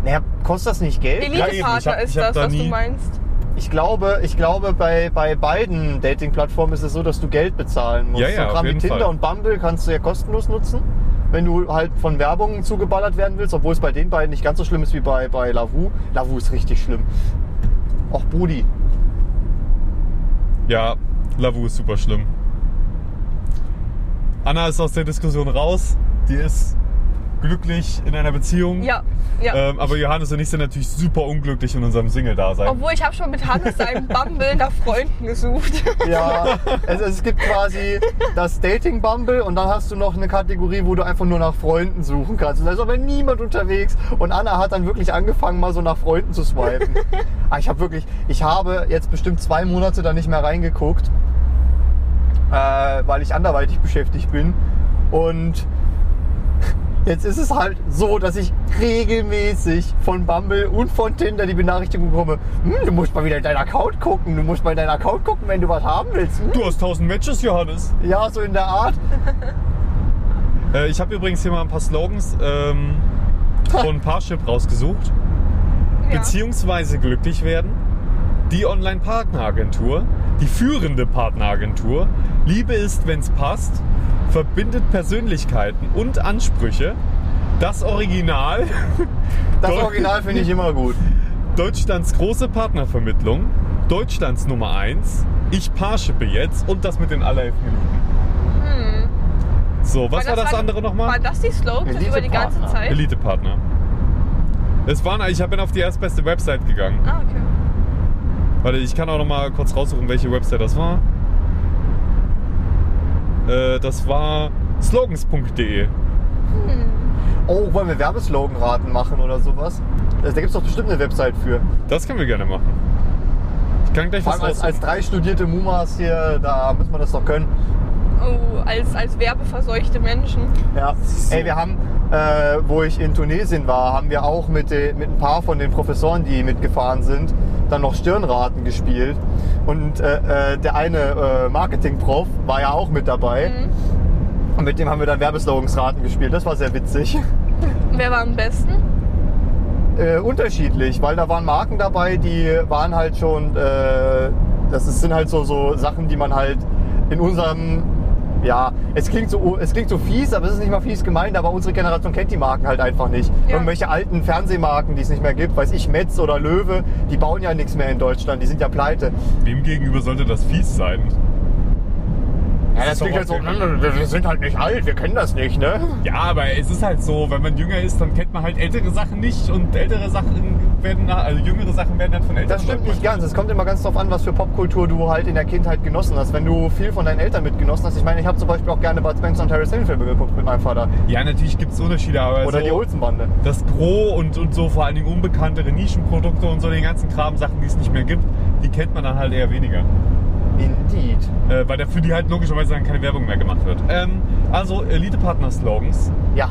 B: Naja, kostet das nicht Geld?
A: Ja, eben. Ich hab-
C: Elite-Partner
A: ich
C: ist
A: hab
C: das,
A: da
C: was
A: nie-
C: du meinst.
B: Ich glaube, ich glaube bei, bei beiden Dating-Plattformen ist es so, dass du Geld bezahlen musst.
A: Ja, ja,
B: so
A: auf
B: Kram wie
A: jeden
B: Tinder
A: Fall.
B: und Bumble kannst du ja kostenlos nutzen, wenn du halt von Werbung zugeballert werden willst, obwohl es bei den beiden nicht ganz so schlimm ist wie bei, bei Lavu. Lavu ist richtig schlimm. Auch Brudi.
A: ja, Lavu ist super schlimm. Anna ist aus der Diskussion raus. Die ist glücklich in einer Beziehung.
C: Ja, ja.
A: Ähm, aber Johannes und ich sind natürlich super unglücklich in unserem Single-Dasein.
C: Obwohl ich habe schon mit Hannes seinem Bumble nach Freunden gesucht.
B: Ja, es, es gibt quasi das Dating-Bumble und dann hast du noch eine Kategorie, wo du einfach nur nach Freunden suchen kannst. Und Da ist aber niemand unterwegs. Und Anna hat dann wirklich angefangen, mal so nach Freunden zu swipen. Ah, ich habe wirklich, ich habe jetzt bestimmt zwei Monate da nicht mehr reingeguckt, äh, weil ich anderweitig beschäftigt bin. Und jetzt ist es halt so, dass ich regelmäßig von Bumble und von Tinder die Benachrichtigung bekomme, hm, du musst mal wieder in deinen Account gucken, du musst mal in deinen Account gucken, wenn du was haben willst. Hm?
A: Du hast 1000 Matches, Johannes.
B: Ja, so in der Art.
A: Äh, ich habe übrigens hier mal ein paar Slogans ähm, von Parship rausgesucht.
C: Ja.
A: beziehungsweise glücklich werden? Die Online-Partneragentur, die führende Partneragentur, Liebe ist, wenn's passt, verbindet Persönlichkeiten und Ansprüche, das Original,
B: Das
A: Doch.
B: Original finde ich immer gut.
A: Deutschlands große Partnervermittlung, Deutschlands Nummer 1, ich Parshippe jetzt und das mit den aller elf Minuten.
C: Hm.
A: So, was war das, andere
C: War
A: nochmal?
C: das die Slopes das über die ganze
B: Elite-Partner.
C: Zeit?
A: Elite-Partner. Es waren, ich bin auf die erstbeste Website gegangen.
C: Ah, okay.
A: Warte, ich kann auch noch mal kurz raussuchen, welche Website das war. Äh, das war slogans.de.
B: Oh, wollen wir Werbeslogan raten machen oder sowas? Da gibt es doch bestimmt eine Website für.
A: Das können wir gerne machen. Ich kann gleich
B: Vor
A: was
B: allem als,
A: raussuchen.
B: als drei studierte Mumas hier, da müssen wir das doch können.
C: Oh, als, als werbeverseuchte Menschen.
B: Ja. Ey, wir haben, äh, wo ich in Tunesien war, haben wir auch mit, den, mit ein paar von den Professoren, die mitgefahren sind, dann noch Stirnraten gespielt. Und äh, äh, der eine äh, Marketing-Prof war ja auch mit dabei.
C: Mhm.
B: Und mit dem haben wir dann Werbeslogans-Raten gespielt. Das war sehr witzig.
C: Wer war am besten?
B: Äh, unterschiedlich, weil da waren Marken dabei, die waren halt schon, äh, das ist, sind halt so, so Sachen, die man halt in unserem, ja, es klingt, so, es klingt so fies, aber es ist nicht mal fies gemeint, aber unsere Generation kennt die Marken halt einfach nicht.
C: Ja.
B: Irgendwelche alten Fernsehmarken, die es nicht mehr gibt, weiß ich, Metz oder Löwe, die bauen ja nichts mehr in Deutschland, die sind ja pleite.
A: Wem gegenüber sollte das fies sein?
B: Ja,
A: das klingt halt so,
B: wir sind halt nicht alt, wir kennen das nicht, ne?
A: Ja, aber es ist halt so, wenn man jünger ist, dann kennt man halt ältere Sachen nicht und ältere Sachen werden, also jüngere Sachen werden dann von älteren
B: Das stimmt
A: Leuten
B: nicht ganz. Es kommt immer ganz drauf an, was für Popkultur du halt in der Kindheit genossen hast. Wenn du viel von deinen Eltern mitgenossen hast. Ich meine, ich habe zum Beispiel auch gerne Bud Spencer und Harris Hill Filme geguckt mit meinem Vater.
A: Ja, natürlich gibt es Unterschiede, aber
B: Oder
A: so
B: die Olsenbande.
A: das Gros und, und so vor allen Dingen unbekanntere Nischenprodukte und so den ganzen Kram, Sachen, die es nicht mehr gibt, die kennt man dann halt eher weniger.
B: Indeed.
A: äh, weil dafür die halt logischerweise dann keine Werbung mehr gemacht wird. Ähm, also Elite-Partner-Slogans.
B: Ja.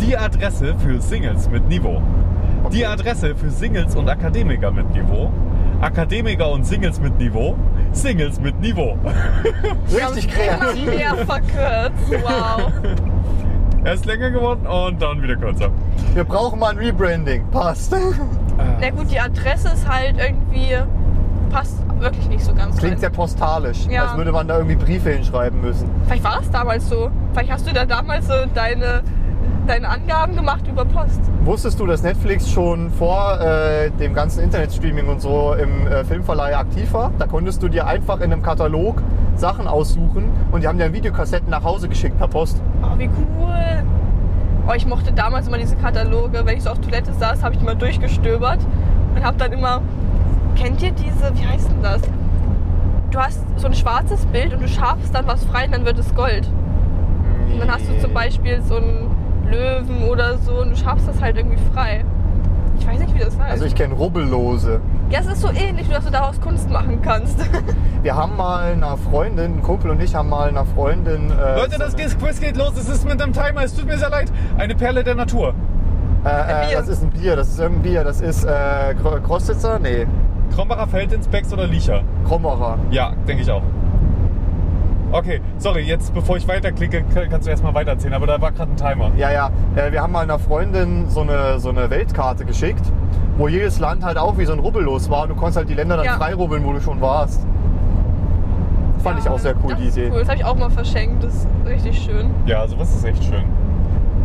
A: Die Adresse für Singles mit Niveau. Die Adresse für Singles und Akademiker mit Niveau. Akademiker und Singles mit Niveau. Singles mit Niveau.
B: Richtig kreativ.
C: Ja, verkürzt. Wow.
A: Er ist länger geworden und dann wieder kürzer.
B: Wir brauchen mal ein Rebranding. Passt.
A: Äh,
C: Na gut, die Adresse ist halt irgendwie. passt wirklich nicht so ganz
B: Klingt sehr
C: rein.
B: postalisch.
C: Ja.
B: Als würde man da irgendwie Briefe hinschreiben müssen.
C: Vielleicht war es damals so. Vielleicht hast du da damals so deine, deine Angaben gemacht über Post.
B: Wusstest du, dass Netflix schon vor äh, dem ganzen Internetstreaming und so im äh, Filmverleih aktiv war? Da konntest du dir einfach in einem Katalog Sachen aussuchen und die haben dir dann Videokassetten nach Hause geschickt per Post.
C: Oh, wie cool. Oh, ich mochte damals immer diese Kataloge. Wenn ich so auf Toilette saß, habe ich die mal durchgestöbert und habe dann immer. Kennt ihr diese? Wie heißt denn das? Du hast so ein schwarzes Bild und du schabst dann was frei und dann wird es Gold. Und dann hast du zum Beispiel so einen Löwen oder so und du schaffst das halt irgendwie frei. Ich weiß nicht, wie das heißt.
B: Also ich kenne Rubbellose.
C: ja, es ist so ähnlich, nur dass du daraus Kunst machen kannst.
B: Wir haben mal einer Freundin, ein Kumpel und ich haben mal einer Freundin. Äh,
A: Leute, das
B: so eine-
A: Quiz geht los. Es ist mit einem Timer. Es tut mir sehr leid. Eine Perle der Natur.
B: Äh, äh,
C: Bier.
B: das ist ein Bier, das ist irgendein Bier, das ist äh, Kro- Krossitzer? Nee,
A: Krombacher Feldinspects oder Licher?
B: Krombacher.
A: Ja, denke ich auch. Okay, sorry, jetzt bevor ich weiterklicke, kannst du erstmal weitererzählen, aber da war gerade ein Timer.
B: Ja, ja. Äh, wir haben mal einer Freundin so eine, so eine Weltkarte geschickt, wo jedes Land halt auch wie so ein Rubbellos war und du konntest halt die Länder dann
C: Ja.
B: freirubbeln, wo du schon warst. Fand ich auch sehr cool,
C: das
B: die
C: ist
B: Idee.
C: Cool. Das habe ich auch mal verschenkt, das ist richtig schön.
A: Ja, sowas ist echt schön.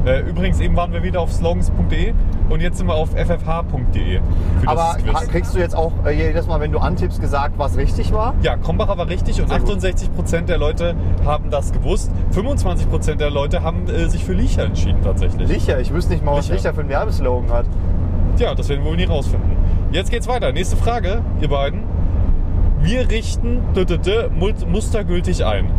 A: Äh, übrigens, eben waren wir wieder auf slogans.de und jetzt sind wir auf ffh.de für das
B: Aber
A: Quiz.
B: kriegst du jetzt auch äh, jedes Mal, wenn du antippst, gesagt, was richtig war?
A: Ja, Kombacher war richtig und
B: Sehr gut.
A: 68% der Leute haben das gewusst. 25% der Leute haben äh, sich für Licher entschieden tatsächlich.
B: Licher, ich wüsste nicht mal, was
A: Licher.
B: Licher für einen Werbeslogan hat.
A: Ja, das werden wir wohl nie rausfinden. Jetzt geht's weiter. Nächste Frage, ihr beiden. Wir richten dö, dö, dö, mul- mustergültig ein.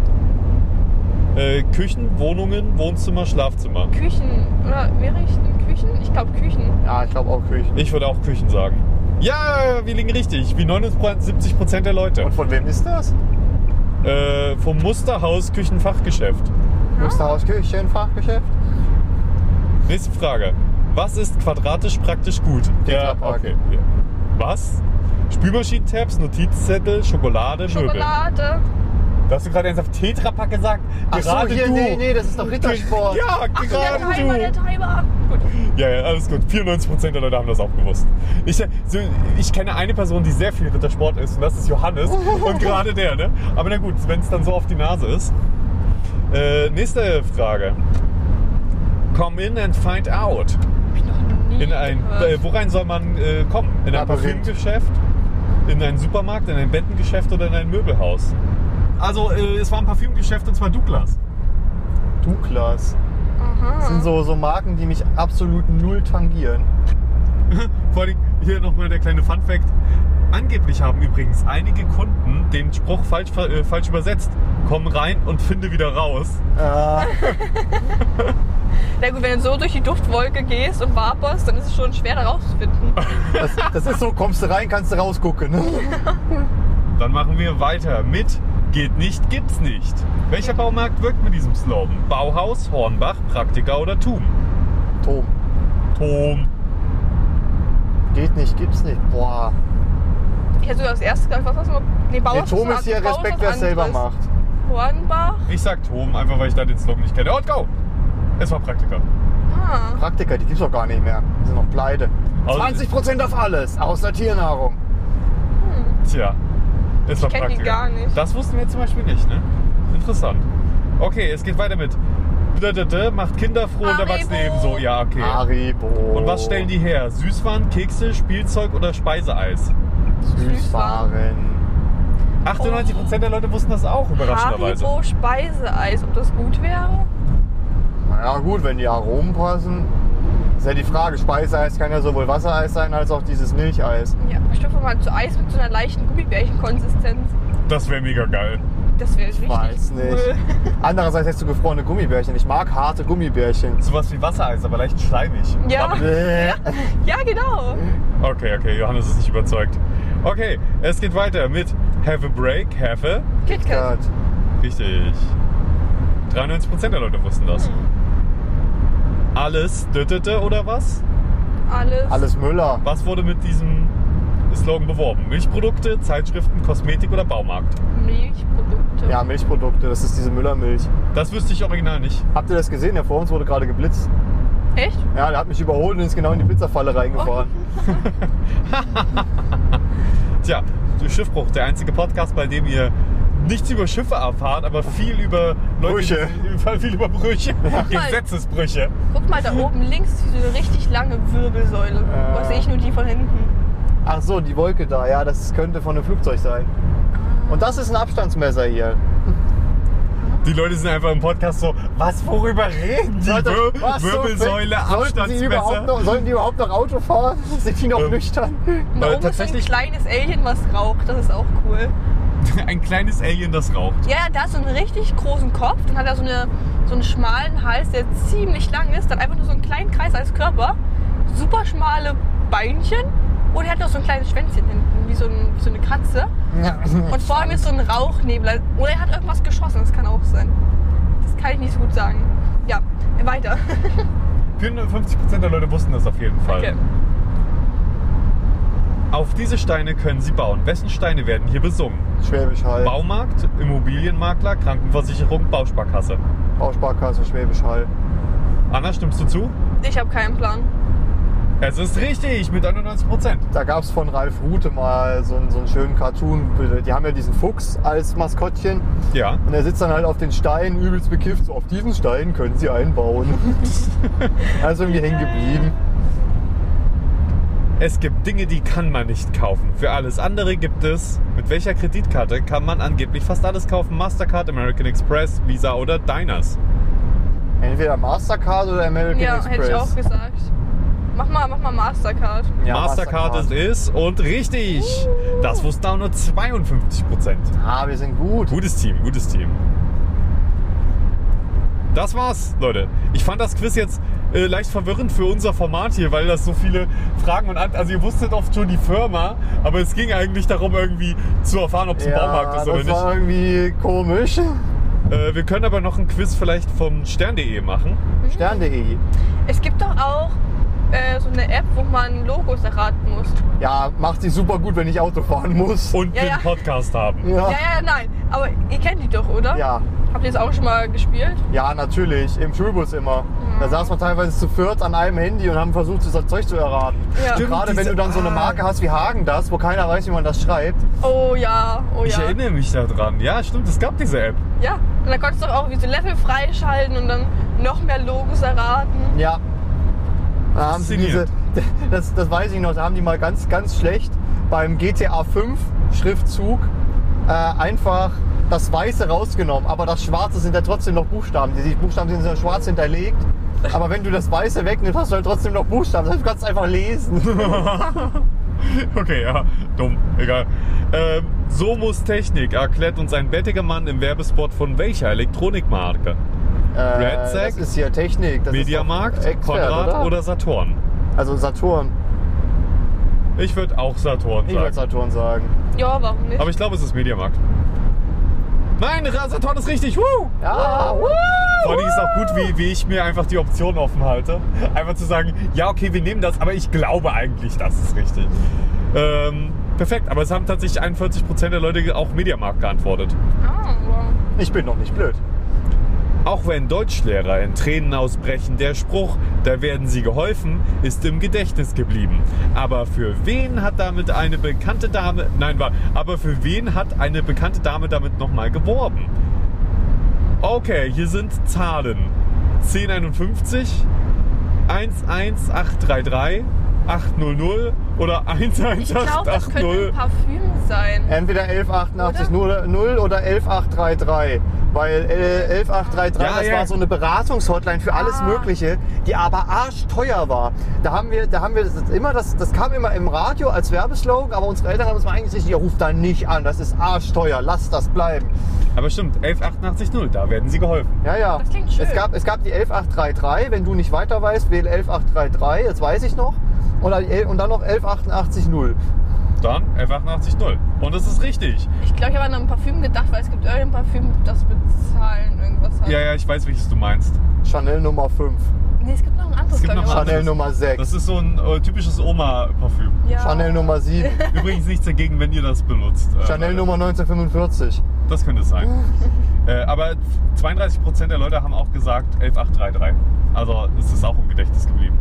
A: Äh, Küchen, Wohnungen, Wohnzimmer, Schlafzimmer.
C: Küchen, oder wir richten Küchen? Ich glaube Küchen.
B: Ja, ich glaube auch Küchen.
A: Ich würde auch Küchen sagen. Ja, wir liegen richtig. Wie 79% der Leute.
B: Und von wem ist das?
A: Äh, vom Musterhaus Küchenfachgeschäft.
B: Musterhaus Küchen, Fachgeschäft?
A: Nächste Frage. Was ist quadratisch praktisch gut?
B: Tetra Pak.
A: Ja. Was? Spülmaschinentabs, Notizzettel, Schokolade,
C: Schokolade.
A: Möbel. Da hast du gerade ernsthaft Tetrapack gesagt?
B: Ach so,
A: gerade
B: hier,
A: du.
B: nee, nee, das ist doch Rittersport.
A: Ja,
C: Ach, der
A: gerade
C: Timer, der
A: du.
C: Timer. Gut.
A: Ja, ja, alles gut. 94% der Leute haben das auch gewusst. Ich, äh, so, ich kenne eine Person, die sehr viel Rittersport ist und das ist Johannes. und gerade der, ne? Aber na gut, wenn es dann so auf die Nase ist. Äh, nächste Frage. Come in and find out.
C: Hab ich noch nie
A: In ein,
C: gehört.
A: äh, worein soll man äh, kommen? In ein
B: Labyrinth.
A: Parfümgeschäft? in einen Supermarkt, in ein Bettengeschäft oder in ein Möbelhaus. Also äh, es war ein Parfümgeschäft und zwar Douglas.
B: Douglas. Das sind so, so Marken, die mich absolut null tangieren.
A: Vor allem hier nochmal der kleine Fun Fact. Angeblich haben übrigens einige Kunden den Spruch falsch, ver- äh, falsch übersetzt. Komm rein und finde wieder raus. Ah.
B: Äh,
C: Na gut, wenn du so durch die Duftwolke gehst und waberst, dann ist es schon schwer da rauszufinden.
B: das, das ist so, kommst du rein, kannst du rausgucken. Ne?
A: Dann machen wir weiter mit Geht nicht, gibt's nicht. Welcher Baumarkt wirkt mit diesem Slogan? Bauhaus, Hornbach, Praktika oder Thum?
B: Tom,
A: Thum.
B: geht nicht, gibt's nicht. Boah.
C: Ich hätte sogar das erste gedacht, was war Nee, Bauer
B: Der Tom ist hier Respekt, wer es selber macht.
C: Hornbach?
A: Ich sag Thum, einfach weil ich da den Slogan nicht kenne. Und go! Es war Praktika.
C: Ah.
B: Praktiker, die gibt's doch gar nicht mehr. Die sind noch pleite.
A: Also-
B: 20% auf alles, außer Tiernahrung.
A: Tja, es war
C: kenn die
A: Praktika.
C: gar nicht.
A: Das wussten wir zum Beispiel nicht, ne? Interessant. Okay, es geht weiter mit. D -d -d macht Kinder froh und
C: Haribo.
A: Erwachsene ebenso. Ja, okay.
B: Haribo.
A: Und was stellen die her? Süßwaren, Kekse, Spielzeug oder Speiseeis?
B: Süßwaren.
A: 98% der Leute wussten das auch, überraschenderweise.
C: Haribo Speiseeis, ob das gut wäre?
B: Naja, gut, wenn die Aromen passen. Ist ja die Frage, Speiseeis kann ja sowohl Wassereis sein, als auch dieses Milcheis.
C: Ja, bestimmt mal zu Eis mit so einer leichten Gummibärchenkonsistenz.
A: Das wäre mega geil.
C: Das wäre richtig
B: Weiß
C: cool.
B: nicht. Andererseits hättest du gefrorene Gummibärchen. Ich mag harte Gummibärchen.
A: Sowas wie Wassereis, aber leicht schleimig.
C: Ja.
A: Aber-
B: Bäh.
C: Ja, genau.
A: Okay, okay, Johannes ist nicht überzeugt. Okay, es geht weiter mit Have a Break, Have a.
C: KitKat.
A: Richtig. 93% der Leute wussten das. Alles düttete oder was?
C: Alles.
B: Alles Müller.
A: Was wurde mit diesem Slogan beworben? Milchprodukte, Zeitschriften, Kosmetik oder Baumarkt?
C: Milchprodukte.
B: Ja, Milchprodukte, das ist diese Müllermilch.
A: Das wüsste ich original nicht.
B: Habt ihr das gesehen? Der vor uns wurde gerade geblitzt.
C: Echt?
B: Ja, der hat mich überholt und ist genau in die Pizzafalle reingefahren.
A: Oh. Tja, der Schiffbruch, der einzige Podcast, bei dem ihr nichts über Schiffe erfahrt, aber viel über
B: Brüche.
A: Über, viel über Brüche, Gesetzesbrüche.
C: Guck mal da oben links, diese richtig lange Wirbelsäule.
B: Äh.
C: Was sehe ich nur die von hinten?
B: Ach so, die Wolke da. Ja, das könnte von einem Flugzeug sein.
A: Ah.
B: Und das ist ein Abstandsmesser hier.
A: Die Leute sind einfach im Podcast so, was, worüber reden die?
B: Leute,
A: Wir-
B: was zum
A: Wirbelsäule,
B: Fick? sollten die, überhaupt
A: Abstandsmesser.
B: noch, sollten die überhaupt noch Auto fahren? Sind die noch
A: Ähm.
B: nüchtern?
C: Und da
A: Äh,
C: oben ist so ein
A: tatsächlich-
C: kleines Alien, was raucht. Das ist auch cool.
A: Ein kleines Alien, das raucht.
C: Ja, ja, da hat so einen richtig großen Kopf. Dann hat er so, eine, so einen schmalen Hals, der ziemlich lang ist. Dann einfach nur so einen kleinen Kreis als Körper. Super schmale Beinchen. Und er hat noch so ein kleines Schwänzchen hinten, wie so, ein, wie so eine Katze. Und vor ihm ist so ein Rauchnebel. Oder er hat irgendwas geschossen, das kann auch sein. Das kann ich nicht so gut sagen. Ja, weiter.
A: 54% der Leute wussten das auf jeden Fall.
C: Okay.
A: Auf diese Steine können sie bauen. Wessen Steine werden hier besungen?
B: Schwäbisch Hall.
A: Baumarkt, Immobilienmakler, Krankenversicherung, Bausparkasse.
B: Bausparkasse Schwäbisch Hall.
A: Anna, stimmst du zu?
C: Ich habe keinen Plan.
A: Es ist richtig, mit 91%.
B: Da gab es von Ralf Rute mal so einen, so einen schönen Cartoon. Die haben ja diesen Fuchs als Maskottchen.
A: Ja.
B: Und er sitzt dann halt auf den Steinen, übelst bekifft. So, auf diesen Stein können sie einbauen. also irgendwie hängen geblieben.
A: Es gibt Dinge, die kann man nicht kaufen. Für alles andere gibt es. Mit welcher Kreditkarte kann man angeblich fast alles kaufen? Mastercard, American Express, Visa oder Diners?
B: Entweder Mastercard oder American
C: ja,
B: Express.
C: hätte ich auch gesagt. Mach mal, mach mal Mastercard.
B: Ja,
A: Mastercard, ist ist und richtig. Das wussten auch nur 52%.
B: Ah, wir sind gut.
A: Gutes Team, gutes Team. Das war's, Leute. Ich fand das Quiz jetzt äh, leicht verwirrend für unser Format hier, weil das so viele Fragen und Ant Also ihr wusstet oft schon die Firma, aber es ging eigentlich darum, irgendwie zu erfahren, ob es ein
B: ja,
A: Baumarkt ist
B: das
A: oder nicht.
B: war irgendwie komisch.
A: Äh, wir können aber noch ein Quiz vielleicht vom Stern.de machen.
B: Stern.de.
C: Es gibt doch auch äh, so eine App, wo man Logos erraten muss.
B: Ja, macht sie super gut, wenn ich Auto fahren muss.
A: Und
C: Ja,
A: den
C: ja.
A: Podcast haben.
B: ja.
C: Ja, ja, nein. Aber ihr kennt die doch, oder?
B: Ja.
C: Habt ihr das auch schon mal gespielt?
B: Ja, natürlich, im Schulbus immer.
C: Mhm.
B: Da saß man teilweise zu viert an einem Handy und haben versucht, das Zeug zu erraten.
C: Ja. Stimmt,
B: Gerade wenn
A: diese-
B: du dann so eine
A: ah.
B: Marke hast wie Hagen das, wo keiner weiß, wie man das schreibt.
C: Oh ja, oh
A: Ich
C: ja.
A: erinnere mich daran. Ja, stimmt, es gab diese App.
C: Ja, und dann konntest du doch auch wie so Level freischalten und dann noch mehr Logos erraten.
B: Ja. Da haben sie diese,
A: Faszinierend.
B: das, das weiß ich noch, da haben die mal ganz, ganz schlecht beim GTA 5 Schriftzug äh, einfach das Weiße rausgenommen, aber das Schwarze sind ja trotzdem noch Buchstaben. Die Buchstaben sind so schwarz hinterlegt. Aber wenn du das Weiße wegnimmst, hast du halt trotzdem noch Buchstaben. Das heißt, du kannst einfach lesen.
A: Okay, ja, dumm, egal. Ähm, so muss Technik, erklärt uns ein bettiger Mann im Werbespot von welcher Elektronikmarke? Red
B: Äh,
A: Sack?
B: Das ist hier Technik. Das ist doch
A: Mediamarkt,
B: Expert,
A: Konrad oder?
B: oder?
A: Saturn?
B: Also Saturn.
A: Ich würde auch Saturn
B: Ich würde
A: sagen.
B: Saturn sagen.
C: Ja, warum nicht?
A: Aber ich glaube, es ist Mediamarkt. Nein, Ra- Saturn ist richtig. Woo!
B: Ja, wuh!
A: Vor allem ist auch gut, wie, wie ich mir einfach die Option offen halte. Einfach zu sagen, ja, okay, wir nehmen das, aber ich glaube eigentlich, das ist richtig. Ähm, perfekt, aber es haben tatsächlich 41% der Leute auch Mediamarkt geantwortet.
C: ah, wow.
B: ich bin noch nicht blöd.
A: Auch wenn Deutschlehrer in Tränen ausbrechen, der Spruch, da werden sie geholfen, ist im Gedächtnis geblieben. Aber für wen hat damit eine bekannte Dame, nein, war, aber für wen hat eine bekannte Dame damit nochmal geworben? Okay, hier sind Zahlen. 1051, 11833, 800 oder
C: Ich glaube, das
A: 11880.
C: könnte ein Parfüm
A: Ähm.
C: sein.
B: Entweder 11880 oder? 0 oder 11833. Weil äh, 11833,
A: Ja,
B: das
A: ja.
B: war so eine Beratungshotline für alles
C: Ah.
B: Mögliche, die aber arschteuer war. Da haben wir, da haben wir das immer, das, das kam immer im Radio als Werbeslogan, aber unsere Eltern haben uns mal eingeschrieben, ihr ruft da nicht an, das ist arschteuer, lasst das bleiben.
A: Aber stimmt, 11880, da werden sie geholfen.
B: Ja, ja.
C: Das klingt schön.
B: Es gab, es gab die 11833, wenn du nicht weiter weißt, wähle 11833, jetzt weiß ich noch. Und dann, und dann noch 11880.
A: Dann 11880. Und das ist richtig.
C: Ich glaube, ich habe an ein Parfüm gedacht, weil es gibt irgendein Parfüm, das mit Zahlen irgendwas hat.
A: Ja, ja, ich weiß, welches du meinst.
B: Chanel Nummer 5,
C: Nee, es gibt noch ein anderes,
A: Es gibt
C: glaube ich.
A: noch
C: aber-
A: ein
B: Chanel Nummer 6,
A: Ah, Das ist so ein äh, typisches Oma-Parfüm.
C: Ja.
B: Chanel Nummer 7,
A: Übrigens nichts dagegen, wenn ihr das benutzt. Äh,
B: Chanel Nummer 1945.
A: Das könnte es sein. äh, aber 32% der Leute haben auch gesagt 11833. Also ist es auch im Gedächtnis geblieben.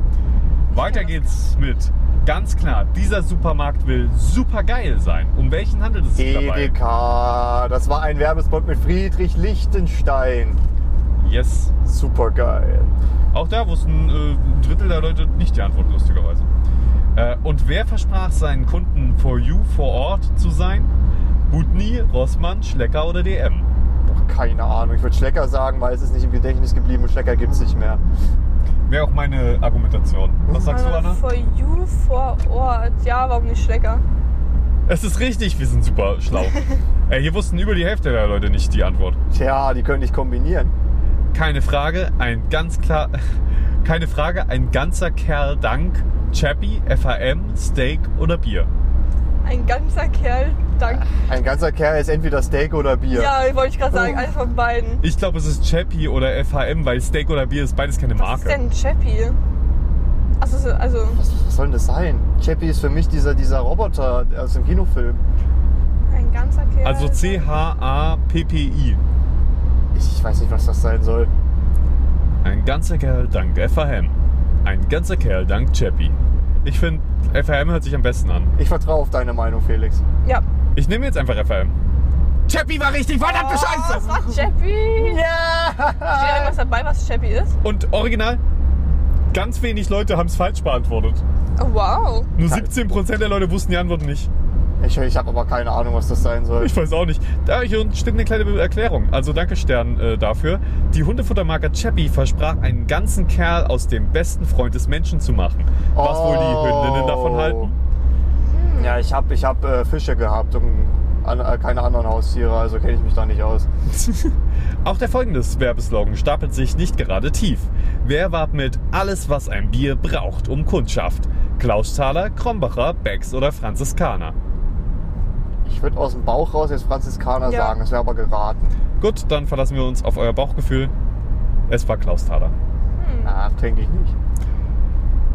A: Weiter geht's mit. Ganz klar, dieser Supermarkt will super geil sein. Um welchen handelt es sich dabei?
B: Edeka, E das war ein Werbespot mit Friedrich Lichtenstein.
A: Yes.
B: Supergeil.
A: Auch da wussten äh, ein Drittel der Leute nicht die Antwort, lustigerweise. Äh, und wer versprach seinen Kunden For You vor Ort zu sein? Butni, Rossmann, Schlecker oder DM?
B: Boah, keine Ahnung, ich würde Schlecker sagen, weil es ist nicht im Gedächtnis geblieben und Schlecker gibt es nicht mehr.
A: Wäre auch meine Argumentation. Was sagst du,
C: Aber
A: Anna?
C: Äh, For you vor Ort. Ja, warum nicht Schlecker?
A: Es ist richtig, wir sind super schlau. äh, hier wussten über die Hälfte der Leute nicht die Antwort.
B: Tja, die können ich kombinieren.
A: Keine Frage, ein ganz klar. Keine Frage, ein ganzer Kerl Dank. Chappy, FAM, Steak oder Bier?
C: Ein ganzer Kerl. Danke.
B: Ein ganzer Kerl ist entweder Steak oder Bier.
C: Ja, wollte ich gerade sagen,
B: Oh.
C: eins von beiden.
A: Ich glaube, es ist Chappy oder FAM, weil Steak oder Bier ist beides keine
C: Was
A: Marke.
C: ist denn Chappy? Also, so- also
B: Was soll denn das sein? Chappie ist für mich dieser, dieser Roboter aus dem Kinofilm.
C: ein ganzer Kerl.
A: Also C-H-A-P-P-I.
B: Ich, ich weiß nicht, was das sein soll.
A: Ein ganzer Kerl dank FAM. Ein ganzer Kerl dank Chappy. Ich finde, FAM hört sich am besten an.
B: Ich vertraue auf deine Meinung, Felix.
C: Ja.
A: Ich nehme jetzt einfach FAM. Chappy war richtig, verdammte
C: Das war Chappy.
B: Ja!
C: Steht irgendwas dabei, was Chappy ist?
A: Und original, ganz wenig Leute haben es falsch beantwortet.
C: Oh, wow.
A: Nur 17% der Leute wussten die Antwort nicht.
B: Ich, ich habe aber keine Ahnung, was das sein soll.
A: Ich weiß auch nicht. Da hier unten steht eine kleine Erklärung. Also danke Stern äh, dafür. Die Hundefuttermarke Chappie versprach einen ganzen Kerl aus dem besten Freund des Menschen zu machen. Was wohl die Hündinnen davon halten?
B: Ja, ich habe ich hab, äh, Fische gehabt und an, äh, keine anderen Haustiere, also kenne ich mich da nicht aus.
A: Auch der folgende Werbeslogan stapelt sich nicht gerade tief. Wer warb mit alles, was ein Bier braucht, um Kundschaft? Klaus Thaler, Krombacher, Becks oder Franziskaner?
B: Ich würde aus dem Bauch raus jetzt Franziskaner
C: Ja.
B: sagen, das wäre aber geraten.
A: Gut, dann verlassen wir uns auf euer Bauchgefühl. Es war Klaus Thaler.
B: Na, denke ich nicht.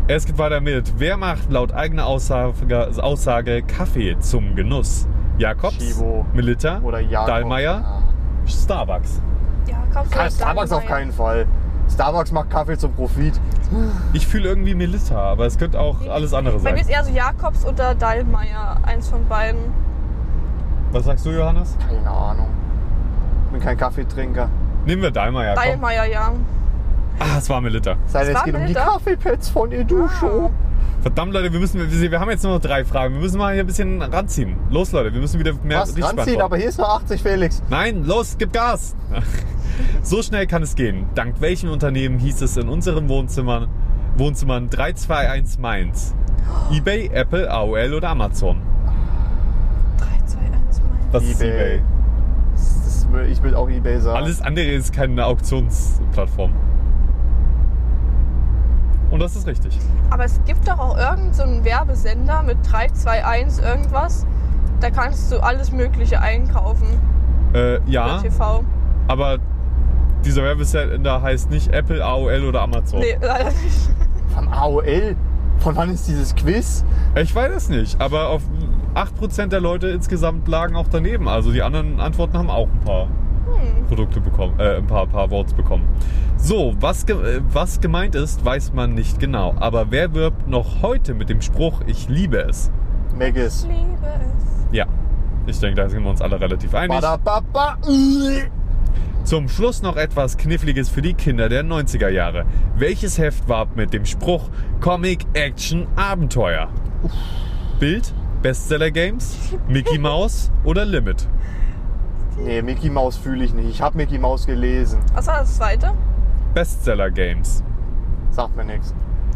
A: Es geht weiter mit. Wer macht laut eigener Aussage, Aussage Kaffee zum Genuss? Jakobs,
B: Schibo.
A: Melitta,
B: Oder ja.
A: Dahlmeier, Starbucks.
C: Ja, kaufst du
B: Ja.
C: das
B: Starbucks
C: dann
B: auf
C: mal.
B: keinen Fall. Starbucks macht Kaffee zum Profit.
A: Ich fühle irgendwie Melitta, aber es könnte auch alles andere
C: Bei mir
A: sein.
C: ist eher so Jakobs oder Dallmayr, eins von beiden.
A: Was sagst du, Johannes?
B: Keine Ahnung. bin kein Kaffeetrinker.
A: Nehmen wir Dahlmeier. komm.
C: Dallmayr, ja.
A: Ah, es war Melitta.
B: Sei
C: Was
B: denn, es
C: war Ah.
B: geht um
C: denn
B: die
C: da?
B: Kaffeepads von Educho.
A: Verdammt, Leute, wir müssen, wir, wir haben jetzt nur noch drei Fragen. Wir müssen mal hier ein bisschen ranziehen. Los, Leute, wir müssen wieder mehr
B: Was?
A: richtig
B: Ranziehen,
A: beantworten.
B: aber hier ist nur 80, Felix.
A: Nein, los, gib Gas! So schnell kann es gehen. Dank welchem Unternehmen hieß es in unseren Wohnzimmern, Wohnzimmern 321 Mainz? eBay, Apple, AOL oder Amazon?
C: 3, 2, 1, mein.
A: Das ist
B: eBay.
A: eBay.
B: Das, das, will- ich will auch Ebay sagen.
A: Alles andere ist keine Auktionsplattform. Und das ist richtig.
C: Aber es gibt doch auch irgendeinen so einen Werbesender mit 3, 2, 1 irgendwas. Da kannst du alles Mögliche einkaufen
A: Äh, ja,
C: für TV.
A: aber dieser Werbesender heißt nicht Apple, AOL oder Amazon.
C: Nee, leider nicht.
B: Vom AOL? Von wann ist dieses Quiz?
A: Ich weiß es nicht, aber auf 8% der Leute insgesamt lagen auch daneben. Also die anderen Antworten haben auch ein paar Produkte bekommen, äh, ein paar, paar Worts bekommen. So, was, ge äh, was gemeint ist, weiß man nicht genau. Aber wer wirbt noch heute mit dem Spruch, ich liebe es?
C: Ich
B: Megis.
C: liebe es.
A: Ja, ich denke, da sind wir uns alle relativ einig.
B: Badababa. Äh.
A: Zum Schluss noch etwas Kniffliges für die Kinder der 90er Jahre. Welches Heft warb mit dem Spruch Comic Action Abenteuer? Bild, Bestseller Games, Mickey Mouse oder Limit?
B: Nee, Mickey Maus fühle ich nicht. Ich habe Mickey Maus gelesen.
C: Was war das zweite?
A: Bestseller Games.
B: Sagt mir nichts.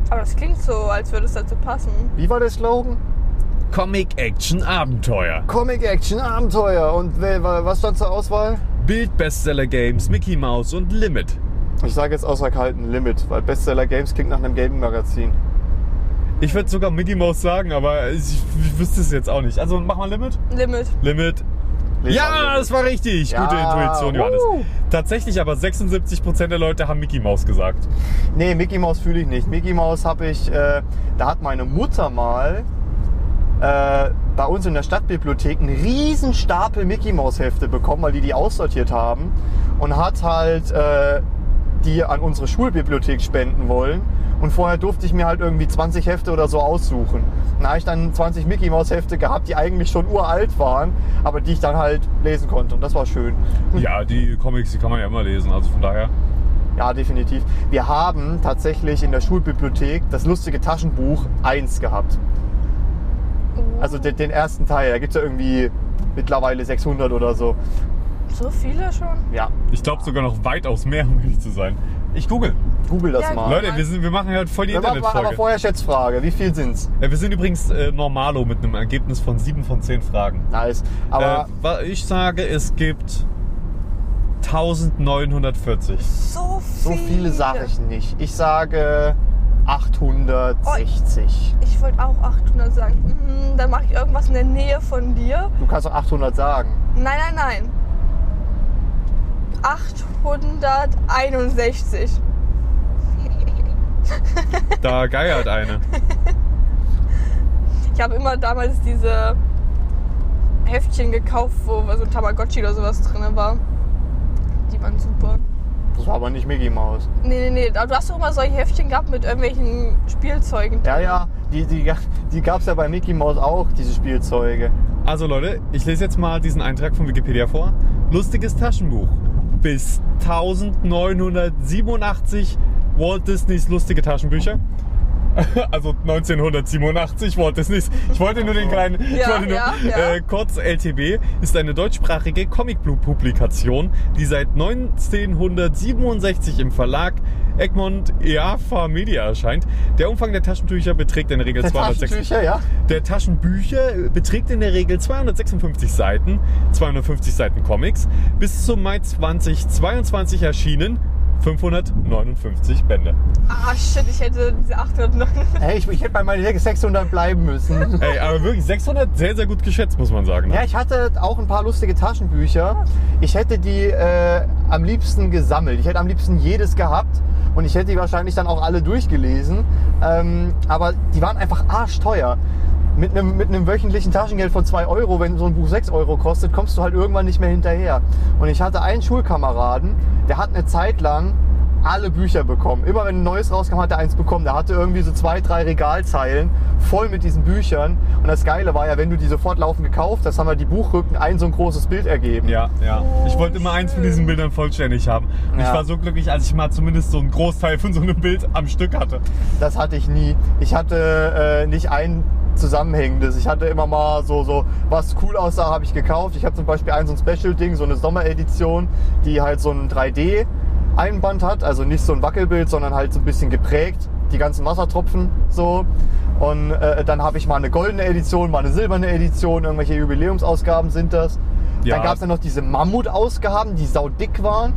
C: Aber das klingt so, als würde es dazu passen.
B: Wie war der Slogan?
A: Comic Action Abenteuer.
B: Comic Action Abenteuer. Und wer- wa- was stand zur Auswahl?
A: Bild, Bestseller Games, Mickey Mouse und Limit.
B: Ich sage jetzt außer kalten Limit, weil Bestseller Games klingt nach einem Gaming-Magazin.
A: Ich würde sogar Mickey Mouse sagen, aber ich, ich wüsste es jetzt auch nicht. Also mach mal Limit.
C: Limit.
A: Limit.
B: Lest
A: Ja,
B: mal
A: das war richtig.
B: Ja,
A: Gute Intuition, Johannes.
B: wuhu.
A: Tatsächlich aber 76% der Leute haben Mickey Mouse gesagt.
B: Nee, Mickey Maus fühle ich nicht. Mickey Maus habe ich, äh, da hat meine Mutter mal äh, bei uns in der Stadtbibliothek einen riesen Stapel Mickey Maus Hefte bekommen, weil die die aussortiert haben und hat halt äh, die an unsere Schulbibliothek spenden wollen. Und vorher durfte ich mir halt irgendwie 20 Hefte oder so aussuchen. Da habe ich dann 20 Mickey Maus Hefte gehabt, die eigentlich schon uralt waren, aber die ich dann halt lesen konnte. Und das war schön.
A: Ja, die Comics, die kann man ja immer lesen, also von daher.
B: Ja, definitiv. Wir haben tatsächlich in der Schulbibliothek das lustige Taschenbuch 1 gehabt. Also den, den ersten Teil. Da gibt's ja irgendwie mittlerweile 600 oder so.
C: So viele schon?
B: Ja,
A: Ich glaube sogar noch weitaus mehr, um ehrlich zu sein. Ich google.
B: google das
C: Ja,
B: mal.
A: Leute, wir, sind, wir machen heute voll die
B: wir machen mal- aber
A: Internetfolge.
B: vorher Schätzfrage. Wie viel sind's?
A: Ja, wir sind übrigens äh, normalo mit einem Ergebnis von 7 von 10 Fragen.
B: Nice. Aber
A: äh, wa- ich sage, es gibt 1940.
C: So
B: so
C: viele.
B: viele sage ich nicht. Ich sage 860.
C: Ich wollte auch 800 sagen. Hm, dann mache ich irgendwas in der Nähe von dir.
B: Du kannst auch 800 sagen.
C: Nein, nein, nein. 861.
A: Da geiert eine.
C: Ich habe immer damals diese Heftchen gekauft, wo so ein Tamagotchi oder sowas drin war. Die waren super.
B: Das war aber nicht Mickey Mouse.
C: Nee, nee, nee. Aber du hast doch immer solche Heftchen gehabt mit irgendwelchen Spielzeugen.
B: Ja, ja. Die, die, die gab's ja bei Mickey Mouse auch, diese Spielzeuge.
A: Also Leute, ich lese jetzt mal diesen Eintrag von Wikipedia vor. Lustiges Taschenbuch. Bis 1987 Walt Disneys lustige Taschenbücher. Also 1987 Walt Disneys. Ich wollte nur den kleinen, ich
C: Ja,
A: wollte nur,
C: ja, ja.
A: Äh, kurz LTB, ist eine deutschsprachige Comic-Publikation, die seit 1967 im Verlag Egmont EAFA Media erscheint. Der Umfang der Taschentücher beträgt in der Regel
B: Der
A: 206.
B: Taschentücher, ja?
A: Der Taschenbücher beträgt in der Regel 256 Seiten, 250 Seiten Comics, bis zum Mai 2022 erschienen 559 Bände.
C: Ah, shit, ich hätte diese 809.
B: Hey, ich, ich hätte bei meinen 600 bleiben müssen.
A: Ey, aber wirklich 600 sehr, sehr gut geschätzt, muss man sagen. Ne?
B: Ja, ich hatte auch ein paar lustige Taschenbücher. Ich hätte die äh, am liebsten gesammelt. Ich hätte am liebsten jedes gehabt und ich hätte die wahrscheinlich dann auch alle durchgelesen. Ähm, aber die waren einfach arschteuer. Mit einem, mit einem wöchentlichen Taschengeld von 2 Euro, wenn so ein Buch 6 Euro kostet, kommst du halt irgendwann nicht mehr hinterher. Und ich hatte einen Schulkameraden, der hat eine Zeit lang alle Bücher bekommen. Immer wenn ein neues rauskam, hat er eins bekommen. Der hatte irgendwie so zwei, drei Regalzeilen voll mit diesen Büchern. Und das Geile war ja, wenn du die sofort laufend gekauft hast, haben wir die Buchrücken ein so ein großes Bild ergeben.
A: Ja, ja. Ich wollte immer eins von diesen Bildern vollständig haben. Und ich
B: Ja.
A: war so glücklich, als ich mal zumindest so einen Großteil von so einem Bild am Stück hatte.
B: Das hatte ich nie. Ich hatte äh, nicht ein zusammenhängendes. Ich hatte immer mal so, so was cool aussah, habe ich gekauft. Ich habe zum Beispiel ein so ein Special-Ding, so eine Sommeredition, die halt so ein 3D-Einband hat. Also nicht so ein Wackelbild, sondern halt so ein bisschen geprägt. Die ganzen Wassertropfen so. Und äh, dann habe ich mal eine goldene Edition, mal eine silberne Edition. Irgendwelche Jubiläumsausgaben sind das.
A: Ja.
B: Dann gab es dann noch diese Mammut-Ausgaben, die saudick waren.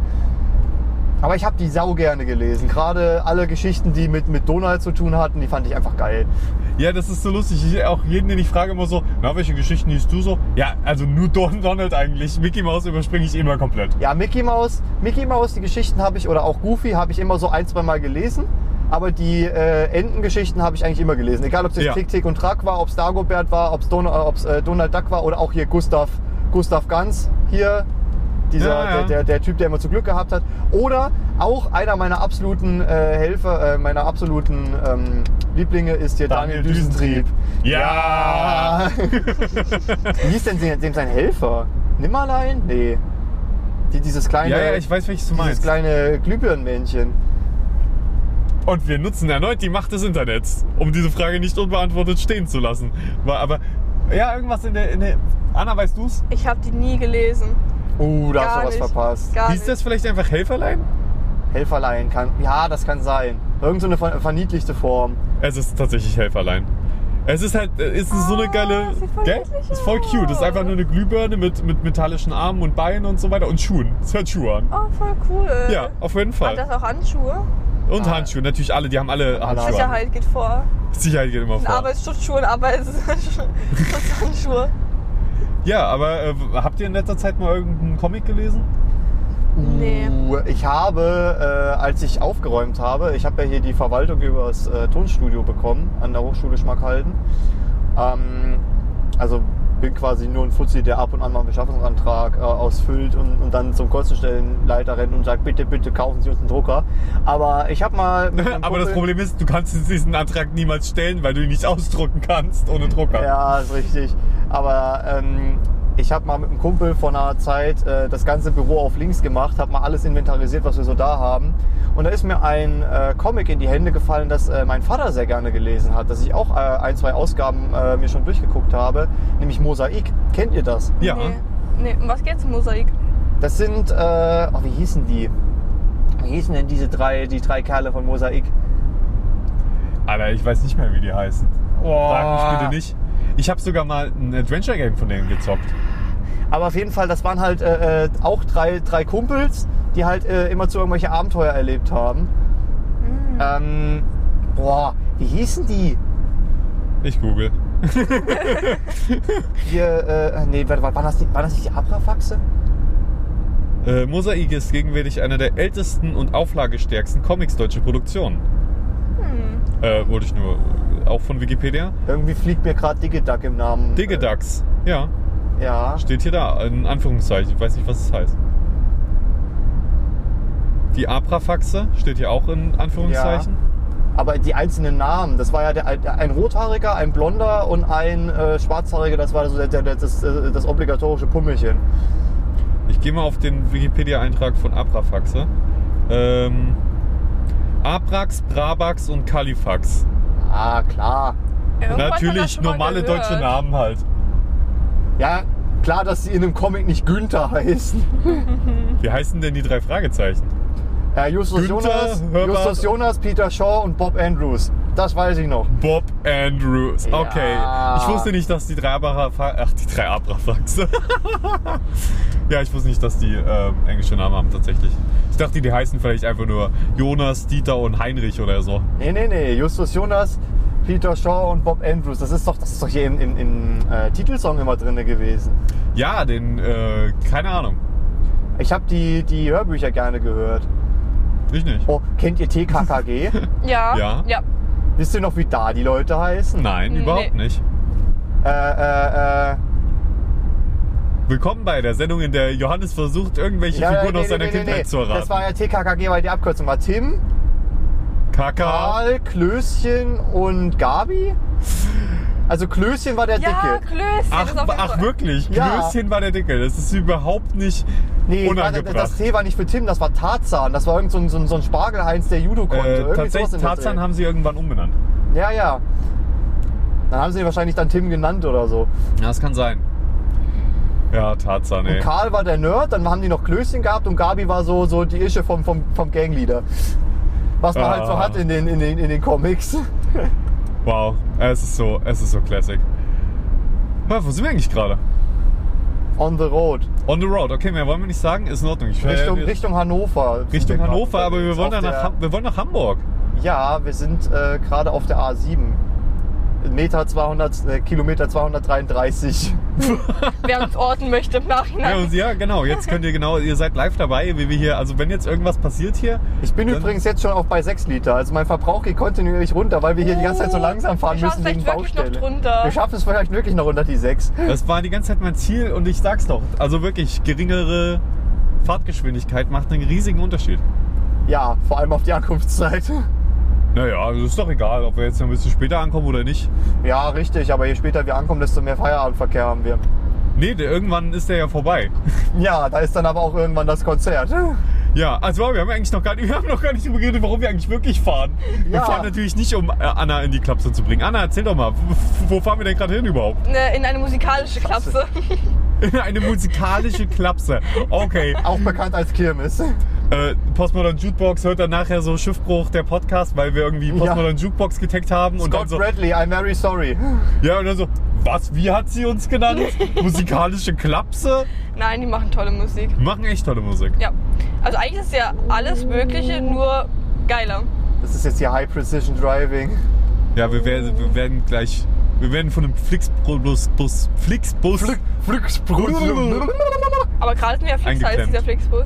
B: Aber ich habe die sau gerne gelesen. Gerade alle Geschichten, die mit, mit Donald zu tun hatten, die fand ich einfach geil.
A: Ja, das ist so lustig. Ich, auch jeden, den ich frage, immer so, na, welche Geschichten liest du so? Ja, also nur Don Donald eigentlich. Mickey Mouse überspringe ich immer komplett.
B: Ja, Mickey Mouse, Mickey Mouse, die Geschichten habe ich, oder auch Goofy, habe ich immer so ein, zwei Mal gelesen. Aber die äh, Entengeschichten habe ich eigentlich immer gelesen. Egal, ob es jetzt
A: Ja.
B: Tick, Tick und Track war, ob es Dagobert war, ob es Don ob's, äh, Donald Duck war oder auch hier Gustav, Gustav Ganz hier. Dieser,
A: Ja, ja.
B: Der, der, der Typ, der immer zu Glück gehabt hat. Oder auch einer meiner absoluten äh, Helfer, äh, meiner absoluten ähm, Lieblinge ist hier Daniel,
A: Daniel
B: Düsentrieb.
A: Düsentrieb. Ja!
B: Ah. Wie hieß denn dem sein Helfer? Nimmerlein? Nee. Die, dieses kleine,
A: Ja, ja, ich weiß, welches du
B: dieses
A: meinst.
B: kleine Glühbirnmännchen.
A: Und wir nutzen erneut die Macht des Internets, um diese Frage nicht unbeantwortet stehen zu lassen. War aber, ja, irgendwas in der, in der Anna, weißt du's?
C: Ich habe die nie gelesen.
B: Uh, da
C: Gar
B: hast du was
C: nicht.
B: verpasst.
C: Gar
A: Hieß
C: nicht.
A: das vielleicht einfach Helferlein?
B: Helferlein kann. Ja, das kann sein. Irgend so eine ver- verniedlichte Form.
A: Es ist tatsächlich Helferlein. Es ist halt, äh, es ist so eine
C: Ah,
A: geile,
C: sieht voll
A: gell?
C: niedlich
A: Ist voll cute. Es ist einfach nur eine Glühbirne mit, mit metallischen Armen und Beinen und so weiter und Schuhen. Es hat Schuhe an.
C: Oh, voll cool.
A: Ja, auf jeden
C: Hat
A: Fall.
C: das auch Handschuhe?
A: Und
B: Ah.
A: Handschuhe, natürlich alle, die haben alle
B: Alle
A: Handschuhe. an.
C: Sicherheit geht vor.
A: Sicherheit geht immer
C: Ein
A: vor.
C: Arbeitsschutzschuhe, ein Arbeitshandschuhe.
A: Ja, aber äh, habt ihr in letzter Zeit mal irgendeinen Comic gelesen?
C: Nee.
B: Uh, ich habe, äh, als ich aufgeräumt habe, ich habe ja hier die Verwaltung über das äh, Tonstudio bekommen an der Hochschule Schmackhalden. Ähm, also bin quasi nur ein Fuzzi, der ab und an mal einen Beschaffungsantrag äh, ausfüllt und, und dann zum Kostenstellenleiter rennt und sagt, bitte, bitte kaufen Sie uns einen Drucker. Aber ich habe mal... mit meinem
A: Aber das
B: Kumpel-
A: Problem ist, du kannst jetzt diesen Antrag niemals stellen, weil du ihn nicht ausdrucken kannst ohne Drucker.
B: Ja, ist richtig. Aber ähm, ich habe mal mit einem Kumpel vor einer Zeit äh, das ganze Büro auf links gemacht, habe mal alles inventarisiert, was wir so da haben. Und da ist mir ein äh, Comic in die Hände gefallen, das äh, mein Vater sehr gerne gelesen hat, dass ich auch äh, ein, zwei Ausgaben äh, mir schon durchgeguckt habe, nämlich Mosaik. Kennt ihr das?
A: Ja.
C: Nee. nee. Um was geht's im Mosaik?
B: Das sind, äh, oh, wie hießen die? Wie hießen denn diese drei, die drei Kerle von Mosaik?
A: Alter, ich weiß nicht mehr, wie die heißen.
B: Oh.
A: Frag mich bitte nicht. Ich habe sogar mal ein Adventure-Game von denen gezockt.
B: Aber auf jeden Fall, das waren halt äh, äh, auch drei, drei Kumpels, die halt äh, immer zu irgendwelche Abenteuer erlebt haben. Ähm, boah, wie hießen die?
A: Ich google.
B: Hier, äh, nee, warte, waren das, die, waren das nicht die Abrafaxe?
A: Äh, Mosaik ist gegenwärtig einer der ältesten und auflagestärksten Comics deutscher Produktion.
C: Hm,
A: Äh, wurde ich nur. Auch von Wikipedia?
B: Irgendwie fliegt mir gerade Diggeduck im Namen.
A: Diggedax. Ja,
B: Äh, ja.
A: steht hier da. In Anführungszeichen. Ich weiß nicht, was es heißt. Die Abrafaxe steht hier auch in Anführungszeichen.
B: Aber die einzelnen Namen, das war ja der, ein Rothaariger, ein Blonder und ein äh, Schwarzhaariger, das war so der, der, der, das, äh, das obligatorische Pummelchen.
A: Ich gehe mal auf den Wikipedia-Eintrag von Abrafaxe. Ähm, Abrax, Brabax und Kalifax.
B: Ah, klar.
C: Irgendwas hat das
A: Natürlich
C: schon mal
A: normale
C: gehört.
A: deutsche Namen halt.
B: Ja, klar, dass sie in einem Comic nicht Günther heißen.
A: Wie heißen denn die drei Fragezeichen?
B: Ja, Justus,
A: Günther,
B: Jonas,
A: Herbert.
B: Justus Jonas, Peter Shaw und Bob Andrews. Das weiß ich noch.
A: Bob Andrews. Okay.
B: Ja.
A: Ich wusste nicht, dass die drei Abrafaxe. Ach, die drei Abrafaxe. ja, ich wusste nicht, dass die ähm, englische Namen haben tatsächlich. Ich dachte, die heißen vielleicht einfach nur Jonas, Dieter und Heinrich oder so.
B: Nee, nee, nee. Justus Jonas, Peter Shaw und Bob Andrews. Das ist doch, das ist doch hier im, im, im äh, Titelsong immer drin gewesen.
A: Ja, den. Äh, keine Ahnung.
B: Ich habe die, die Hörbücher gerne gehört.
A: Ich nicht.
B: Oh, kennt ihr TKKG?
C: Ja.
A: Ja.
C: ja.
B: Wisst ihr noch, wie da die Leute heißen?
A: Nein,
C: Nee.
A: überhaupt nicht.
B: Äh, äh, äh.
A: Willkommen bei der Sendung, in der Johannes versucht, irgendwelche Figuren aus seiner Kindheit zu
B: Das
A: erraten.
B: war ja TKKG, weil die Abkürzung war Tim,
A: Kaka.
B: Karl, Klößchen und Gabi. Also Klößchen war der
C: Ja,
B: Dicke.
C: Klößchen.
A: Ach,
C: ist auf jeden
A: ach
C: Fall-
A: wirklich?
B: Ja.
A: Klößchen war der Dicke. Das ist überhaupt nicht
B: warte,
A: unangebracht.
B: das T war nicht für Tim, das war Tarzan. Das war irgend so ein, so ein, so ein Spargelheinz, der Judo konnte.
A: äh,
B: Irgendwie sowas in
A: tatsächlich,
B: der
A: Tarzan
B: Dreh.
A: haben sie irgendwann umbenannt.
B: Ja, ja. Dann haben sie ihn wahrscheinlich dann Tim genannt oder so.
A: Ja, das kann sein. Ja, Tarzan,
B: Und
A: ey.
B: Karl war der Nerd, dann haben die noch Klößchen gehabt und Gabi war so, so die Ische vom, vom, vom Gangleader. Was man
A: Ah.
B: halt so hat in den, in den, in den Comics.
A: Wow, es ist so, es ist so classic. Ja, wo sind wir eigentlich gerade?
B: On the road.
A: On the road, okay, mehr wollen wir nicht sagen, ist in Ordnung. Ich,
B: Richtung,
A: äh,
B: Richtung Hannover. sind wir
A: Richtung
B: gerade
A: Hannover, aber wir
B: unterwegs.
A: wollen,
B: Auf
A: dann nach,
B: der-
A: Ham- wir wollen nach Hamburg.
B: Ja, wir sind äh, gerade auf der A7. Meter 200, äh, Kilometer 233.
C: Wer uns orten möchte im
A: Ja,
C: Nachhinein.
A: und- ja, genau, jetzt könnt ihr genau, ihr seid live dabei, wie wir hier, also wenn jetzt irgendwas passiert hier,
B: Ich bin
A: Dann-
B: übrigens jetzt schon auch bei 6 Liter. Also mein Verbrauch geht kontinuierlich runter, weil wir hier die ganze Zeit so
C: Uh,
B: langsam fahren
C: wir
B: müssen
C: schaffen es
B: wegen
C: vielleicht wirklich noch
B: Baustelle.
C: drunter.
B: Wir schaffen es vielleicht wirklich noch unter die 6.
A: das war die ganze Zeit mein Ziel und ich sag's doch, also wirklich, geringere Fahrtgeschwindigkeit macht einen riesigen Unterschied.
B: Ja, vor allem auf die Ankunftszeit.
A: Naja, also ist doch egal, ob wir jetzt ein bisschen später ankommen oder nicht.
B: Ja, richtig, aber je später wir ankommen, desto mehr Feierabendverkehr haben wir.
A: Nee, der, irgendwann ist der ja vorbei.
B: Ja, da ist dann aber auch irgendwann das Konzert.
A: Ja, also wir haben eigentlich noch gar nicht, wir haben noch gar nicht darüber geredet, warum wir eigentlich wirklich fahren. Wir
B: Ja.
A: fahren natürlich nicht, um äh, Anna in die Klapse zu bringen. Anna, erzähl doch mal, wo- wo fahren wir denn gerade hin überhaupt?
C: Ne, In eine musikalische Klapse.
A: In eine musikalische Klapse. Okay.
B: Auch bekannt als Kirmes.
A: Äh, Postmodern Jukebox hört dann nachher so Schiffbruch der Podcast, weil wir irgendwie Postmodern Jukebox getaggt haben und dann so.
B: Scott Bradley, I'm very sorry.
A: Ja, und dann so, was? Wie hat sie uns genannt? musikalische Klapse?
C: Nein, die machen tolle Musik.
A: Die machen echt tolle Musik.
C: Ja. Also eigentlich ist ja alles Mögliche, nur geiler.
B: Das ist jetzt hier High Precision Driving.
A: Ja, wir werden, wir werden gleich. Wir werden von einem Flixbus. Bus, Flixbus.
C: Aber gerade sind wir ja fix heiß,
A: Eingeklemmt.
C: dieser Flixbus.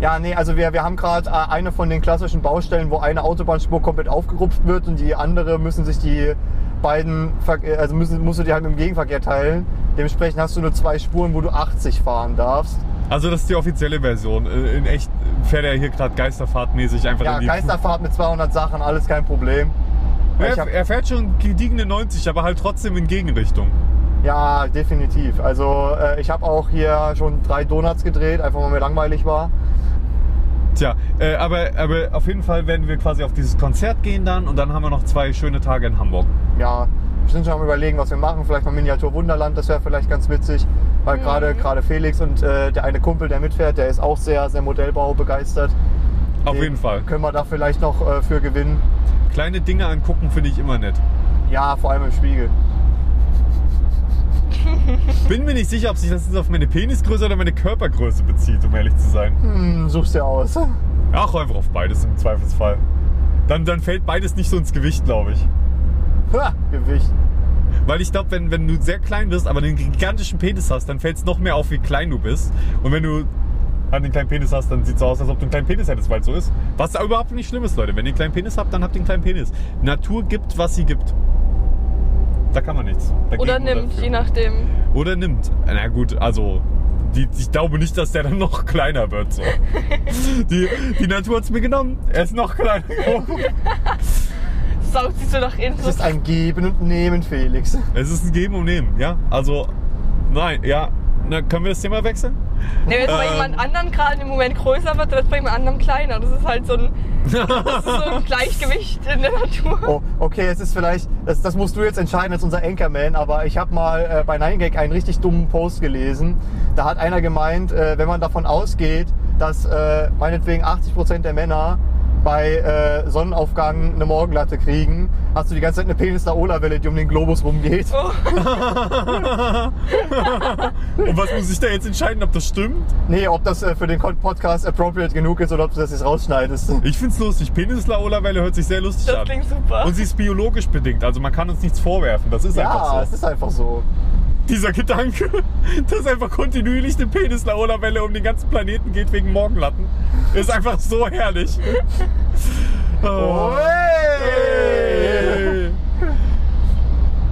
B: Ja, nee, also wir, wir haben gerade äh, eine von den klassischen Baustellen, wo eine Autobahnspur komplett aufgerupft wird und die andere müssen sich die beiden, Ver- äh, also müssen, musst du die halt mit dem Gegenverkehr teilen. Dementsprechend hast du nur zwei Spuren, wo du 80 fahren darfst.
A: Also das ist die offizielle Version. Äh, In echt fährt er hier gerade geisterfahrtmäßig einfach
B: Ja,
A: in die
B: Geisterfahrt mit 200 Sachen, alles kein Problem. Ich
A: Er,
B: hab-
A: er fährt schon gediegene 90, aber halt trotzdem in Gegenrichtung.
B: Ja, definitiv. Also äh, ich habe auch hier schon drei Donuts gedreht, einfach weil mir langweilig war.
A: Tja, äh, aber, aber auf jeden Fall werden wir quasi auf dieses Konzert gehen dann und dann haben wir noch zwei schöne Tage in Hamburg.
B: Ja, wir sind schon am überlegen, was wir machen. Vielleicht mal Miniatur Wunderland, das wäre vielleicht ganz witzig. Weil gerade gerade Felix und äh, der eine Kumpel, der mitfährt, der ist auch sehr, sehr Modellbau begeistert.
A: Auf
B: Den
A: jeden Fall.
B: Können wir da vielleicht noch äh, für gewinnen?
A: Kleine Dinge angucken finde ich immer nett.
B: Ja, vor allem im Spiegel.
A: Bin mir nicht sicher, ob sich das jetzt auf meine Penisgröße oder meine Körpergröße bezieht, um ehrlich zu sein.
B: Hm, such's dir aus.
A: Ach, einfach auf beides im Zweifelsfall. Dann, dann fällt beides nicht so ins Gewicht, glaube ich.
B: Ha, Gewicht.
A: Weil ich glaube, wenn, wenn du sehr klein bist, aber einen gigantischen Penis hast, dann fällt es noch mehr auf, wie klein du bist. Und wenn du halt einen kleinen Penis hast, dann sieht es aus, als ob du einen kleinen Penis hättest, weil es so ist. Was da überhaupt nicht schlimm ist, Leute. Wenn ihr einen kleinen Penis habt, dann habt ihr einen kleinen Penis. Natur gibt, was sie gibt. Da kann man nichts. dagegen
C: Oder nimmt,
A: dafür.
C: je nachdem.
A: Oder nimmt. Na gut, also. Die, ich glaube nicht, dass der dann noch kleiner wird. So. die, die Natur hat es mir genommen. Er ist noch kleiner geworden.
C: Saugt sich so nach innen.
B: Es ist ein Geben und Nehmen, Felix.
A: Es ist ein Geben und Nehmen, ja. Also, nein, ja. Na, können wir das Thema wechseln?
C: Ne, wenn es bei
A: Ähm.
C: jemand anderem gerade im Moment größer wird, wird es bei jemand anderem kleiner. Das ist halt so ein, das ist so ein Gleichgewicht in der Natur.
B: Oh, okay, es ist vielleicht, das, das musst du jetzt entscheiden als unser Anchorman, aber ich habe mal äh, bei 9gag einen richtig dummen Post gelesen. Da hat einer gemeint, äh, wenn man davon ausgeht, dass äh, meinetwegen 80% der Männer bei äh, Sonnenaufgang eine Morgenlatte kriegen, hast du die ganze Zeit eine penis ola welle die um den Globus rumgeht.
C: Oh,
A: Und was muss ich da jetzt entscheiden, ob das stimmt?
B: Nee, ob das äh, für den Kon- Podcast appropriate genug ist oder ob du das jetzt rausschneidest.
A: Ich find's lustig. Penislaola-Welle hört sich sehr lustig
C: das
A: an.
C: klingt super.
A: Und sie ist biologisch bedingt, also man kann uns nichts vorwerfen. Das ist
B: Ja,
A: einfach
B: es
A: so.
B: ist einfach so.
A: Dieser Gedanke, dass einfach kontinuierlich eine Penislaola-Welle um den ganzen Planeten geht wegen Morgenlatten, ist einfach so herrlich. Oh.
B: Hey!
A: Hey.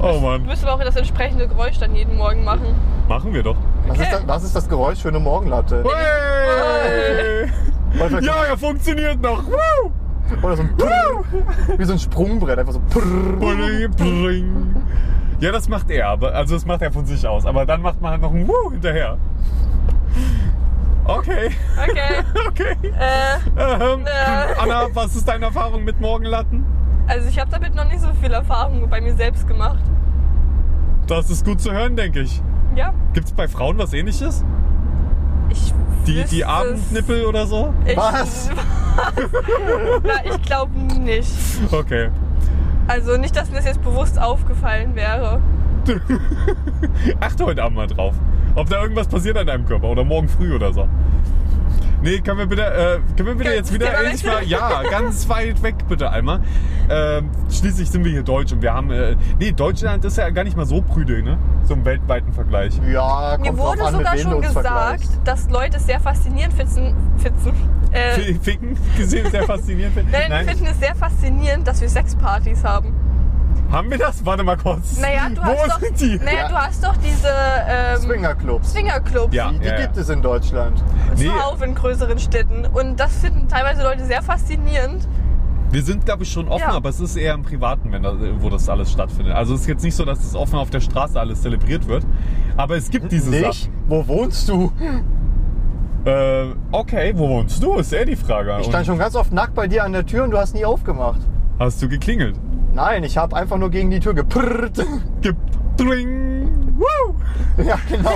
A: Oh Mann.
C: Müssen wir auch das entsprechende Geräusch dann jeden Morgen machen.
A: Machen wir doch.
B: Was, ist das, was ist das Geräusch für eine Morgenlatte?
A: Hey!
B: Oder
A: Ja, er funktioniert noch. Woo!
B: so ein Prrr, wie so ein Sprungbrett, einfach so. Prrr.
A: Bring, bring. Ja, das macht er, aber also das macht er von sich aus. Aber dann macht man halt noch ein Woo hinterher. Okay,
C: Okay.
A: okay.
C: äh,
A: Ähm,
C: Ja.
A: Anna, was ist deine Erfahrung mit Morgenlatten?
C: also ich habe damit noch nicht so viel Erfahrung bei mir selbst gemacht.
A: Das ist gut zu hören, denke ich.
C: Ja.
A: Gibt es bei Frauen was ähnliches?
C: Ich
A: Die,
C: wüsste
A: die
C: es-
A: Abendnippel oder so?
C: Ich,
B: Was?
C: Na, ich glaube nicht.
A: Okay.
C: Also nicht, dass mir das jetzt bewusst aufgefallen wäre.
A: Achte heute Abend mal drauf. Ob da irgendwas passiert an deinem Körper oder morgen früh oder so. Nee, können wir bitte, äh, können wir bitte
C: Ganz
A: jetzt wieder
C: Thema
A: endlich
C: wechseln.
A: mal, ja, ganz weit weg bitte einmal. Ähm, schließlich sind wir hier Deutsch und wir haben, äh, nee, Deutschland ist ja gar nicht mal so prüde, ne? So im weltweiten Vergleich.
B: Ja, kommt
C: Mir
B: drauf
C: wurde
B: an, mit
C: sogar
B: wem du
C: schon
B: uns
C: gesagt,
B: vergleichst.
C: dass Leute es sehr faszinierend finden. Fitzen, äh,
A: F- Ficken, gesehen, sehr faszinierend.
C: nein, finden es sehr faszinierend, dass wir Sexpartys haben.
A: haben wir das? Warte mal kurz.
C: Naja, du
A: Wo
C: hast doch,
A: sind die?
C: Naja,
B: Ja.
C: du hast doch diese ähm,
B: Swingerclubs.
C: Swingerclubs.
A: Ja.
B: Die, die gibt es in Deutschland.
A: Nee,
C: Zuhauf in größeren Städten. Und das finden teilweise Leute sehr faszinierend.
A: wir sind, glaube ich, schon offen,
C: Ja.
A: aber es ist eher im Privaten, wenn da, wo das alles stattfindet. Also es ist jetzt nicht so, dass es offen auf der Straße alles zelebriert wird. Aber es gibt diese Sachen.
B: Nicht? Wo wohnst du?
A: Äh, okay, wo wohnst du? Ist eher die Frage.
B: Ich stand
A: Und
B: schon ganz oft nackt bei dir an der Tür und du hast nie aufgemacht.
A: hast du geklingelt?
B: Nein, ich habe einfach nur gegen die Tür geprrrt.
A: Ge- Dring. Woo!
B: Ja, genau.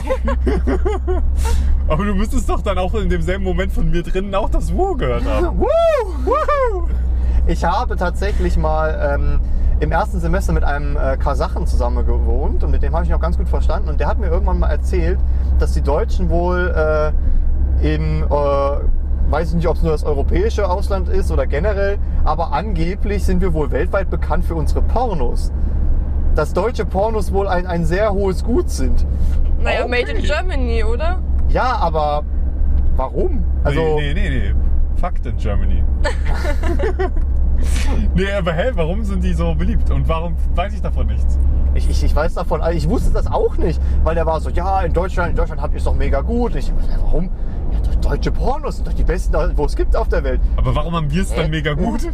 A: Aber du müsstest doch dann auch in demselben Moment von mir drinnen auch das Woo gehört haben.
B: Woo! Ich habe tatsächlich mal ähm, im ersten Semester mit einem äh, Kasachen zusammen gewohnt und mit dem habe ich mich auch ganz gut verstanden. Und der hat mir irgendwann mal erzählt, dass die Deutschen wohl äh, im, äh, weiß ich nicht, ob es nur das europäische Ausland ist oder generell, aber angeblich sind wir wohl weltweit bekannt für unsere Pornos. Dass deutsche Pornos wohl ein, ein sehr hohes Gut sind.
C: Naja,
A: Okay.
C: made in Germany, oder?
B: Ja, aber warum? Also,
A: nee, nee, nee, nee. Fucked in Germany. nee, aber hey, warum sind die so beliebt? Und warum weiß ich davon nichts?
B: Ich, ich, ich weiß davon, also ich wusste das auch nicht, weil der war so, ja, in Deutschland, in Deutschland habt ihr es doch mega gut. Und ich dachte, warum? Ja, doch, deutsche Pornos sind doch die besten, wo es gibt auf der Welt.
A: Aber warum haben wir es dann mega gut?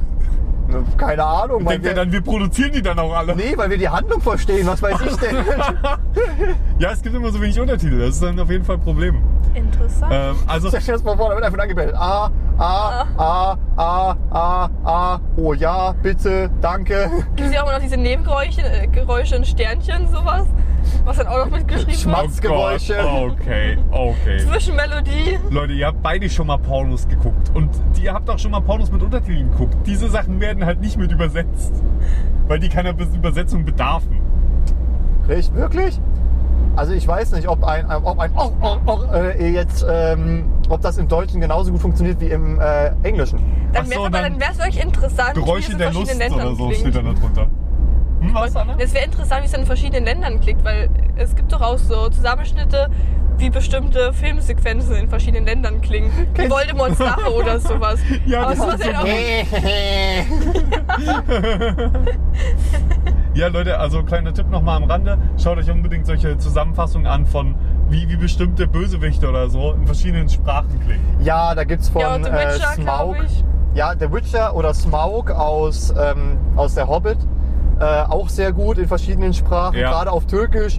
B: Ne, Keine Ahnung, weil
A: Denkt
B: wir,
A: er dann, wir produzieren die dann auch alle?
B: nee, weil wir die Handlung verstehen, was weiß ich denn?
A: Ja, es gibt immer so wenig Untertitel. Das ist dann auf jeden Fall ein Problem.
C: Interessant.
A: Ähm, also,
B: Stell dir das mal vor, da wird einfach angebellt. A, A, A, A, A, A, oh ja, bitte, danke.
C: Gibt es ja auch immer noch diese Nebengeräusche äh, Geräusche und Sternchen, sowas? Was dann auch noch mitgeschrieben
B: Schmatz-
C: wird.
B: Geräusche.
A: Oh Gott. Okay, okay.
C: Zwischenmelodie.
A: Leute, ihr habt beide schon mal Pornos geguckt und ihr habt auch schon mal Pornos mit Untertiteln geguckt. Diese Sachen werden halt nicht mit übersetzt, weil die keiner Bes- Übersetzung bedarfen.
B: Echt, wirklich? Also ich weiß nicht, ob ein, ob ein, oh, oh, oh, äh, jetzt, ähm, ob das im Deutschen genauso gut funktioniert wie im äh, Englischen.
A: Ach
C: Dann
A: so,
C: wäre es aber
A: dann
C: dann wär's wirklich interessant, wie es
A: Geräusche
C: in
A: der
C: verschiedenen
A: Lust
C: Ländern
A: oder so
C: klingt.
A: steht dann da drunter. Hm, was, Anna?
C: Es wäre interessant, wie es in verschiedenen Ländern klingt, weil es gibt doch auch so Zusammenschnitte, wie bestimmte Filmsequenzen in verschiedenen Ländern klingen. Wie
B: Kennst-
C: Voldemorts Sache oder sowas.
A: Ja,
C: Aber
A: das
C: sowas
A: ist
C: halt auch
A: Ja, Leute, also kleiner Tipp nochmal am Rande. Schaut euch unbedingt solche Zusammenfassungen an von wie, wie bestimmte Bösewichte oder so in verschiedenen Sprachen klingen.
B: Ja, da gibt's von
C: Ja, und The
B: äh,
C: Witcher, glaub
B: Smaug.
C: ich.
B: Ja, The Witcher oder Smaug aus, ähm, aus der Hobbit. Äh, auch sehr gut in verschiedenen Sprachen,
A: Ja.
B: gerade auf Türkisch.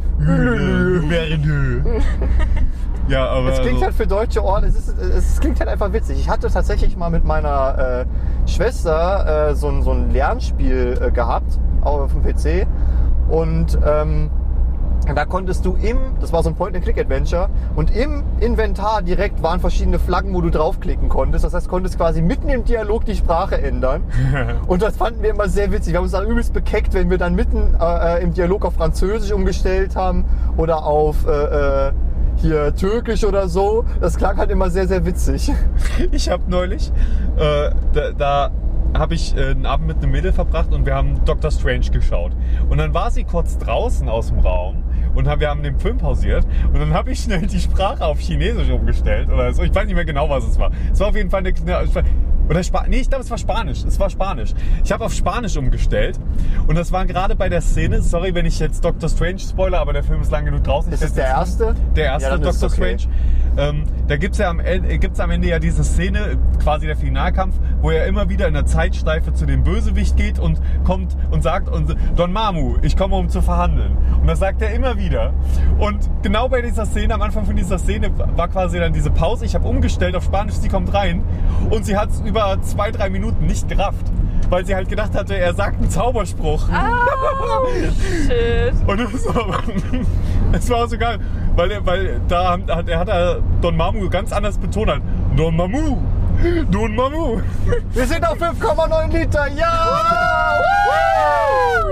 A: ja, aber.
B: Es klingt
A: also-
B: halt für deutsche Ohren, es, ist, es klingt halt einfach witzig. Ich hatte tatsächlich mal mit meiner äh, Schwester äh, so, ein, so ein Lernspiel äh, gehabt auch auf dem PC und ähm, da konntest du im, das war so ein Point-and-Click-Adventure und im Inventar direkt waren verschiedene Flaggen, wo du draufklicken konntest. Das heißt, konntest quasi mitten im Dialog die Sprache ändern und das fanden wir immer sehr witzig. Wir haben uns dann übelst bekeckt, wenn wir dann mitten äh, äh, im Dialog auf Französisch umgestellt haben oder auf äh, äh, hier Türkisch oder so. Das klang halt immer sehr, sehr witzig.
A: Ich habe neulich, äh, da, da habe ich äh, einen Abend mit einem Mädel verbracht und wir haben Doctor Strange geschaut. Und dann war sie kurz draußen aus dem Raum und haben, wir haben den Film pausiert und dann habe ich schnell die Sprache auf Chinesisch umgestellt oder so. Ich weiß nicht mehr genau, was es war. Es war auf jeden Fall eine... kna- Oder Spa nee, ich glaube, es war Spanisch. Es war Spanisch. Ich habe auf Spanisch umgestellt. Und das war gerade bei der Szene, sorry, wenn ich jetzt Doctor Strange spoiler, aber der Film ist lang genug draußen.
B: Ist
A: Ich
B: es
A: werd
B: der
A: jetzt-
B: erste?
A: Der erste
B: Ja, dann ist
A: Doctor
B: okay.
A: Strange. Ähm, da gibt es ja am, Ende, gibt's am Ende ja diese Szene, quasi der Finalkampf, wo er immer wieder in der Zeitschleife zu dem Bösewicht geht und kommt und sagt, und, Don Mamu, ich komme, um zu verhandeln. Und das sagt er immer wieder. Und genau bei dieser Szene, am Anfang von dieser Szene, war quasi dann diese Pause. Ich habe umgestellt auf Spanisch, sie kommt rein. Und sie hat es über zwei, drei Minuten nicht gerafft, weil sie halt gedacht hatte, er sagt einen Zauberspruch.
C: Oh, shit.
A: Und es war, es war so geil, weil, er- weil da haben- hat er hat er Don Mamu ganz anders betont. Hat. Don Mamu! Don Mamu!
B: Wir sind auf 5,9 Liter.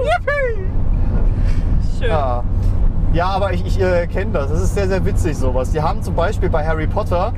B: Ja!
C: Schön.
B: Ja, ja aber ich, ich äh, kenne das. Das ist sehr, sehr witzig sowas. Die haben zum Beispiel bei Harry Potter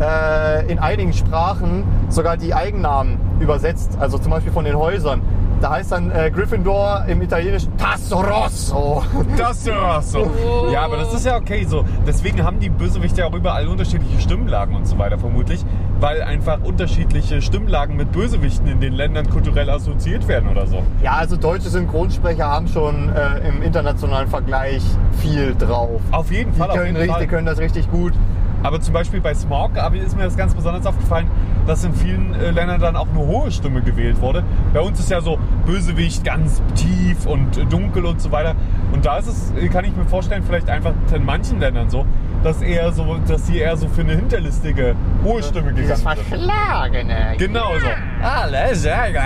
B: äh, in einigen Sprachen sogar die Eigennamen übersetzt. Also zum Beispiel von den Häusern. Da heißt dann äh, Gryffindor im Italienischen Tasso Rosso.
A: Das war so.
C: Oh.
A: Ja, aber das ist ja okay so. Deswegen haben die Bösewichte auch überall unterschiedliche Stimmlagen und so weiter vermutlich, weil einfach unterschiedliche Stimmlagen mit Bösewichten in den Ländern kulturell assoziiert werden oder so.
B: Ja, also deutsche Synchronsprecher haben schon äh, im internationalen Vergleich viel drauf.
A: Auf jeden
B: Die
A: Fall. auf
B: können,
A: jeden
B: richtig,
A: Fall.
B: die können das richtig gut.
A: Aber zum Beispiel bei Smog aber ist mir das ganz besonders aufgefallen, dass in vielen äh, Ländern dann auch eine hohe Stimme gewählt wurde. Bei uns ist ja so Bösewicht ganz tief und äh, dunkel und so weiter. Und da ist es, äh, kann ich mir vorstellen, vielleicht einfach in manchen Ländern so, dass eher so, dass sie eher so für eine hinterlistige hohe Stimme
B: Dieses
A: gegangen sind.
B: Verschlagene.
A: Genau so. Alles, ja, ja.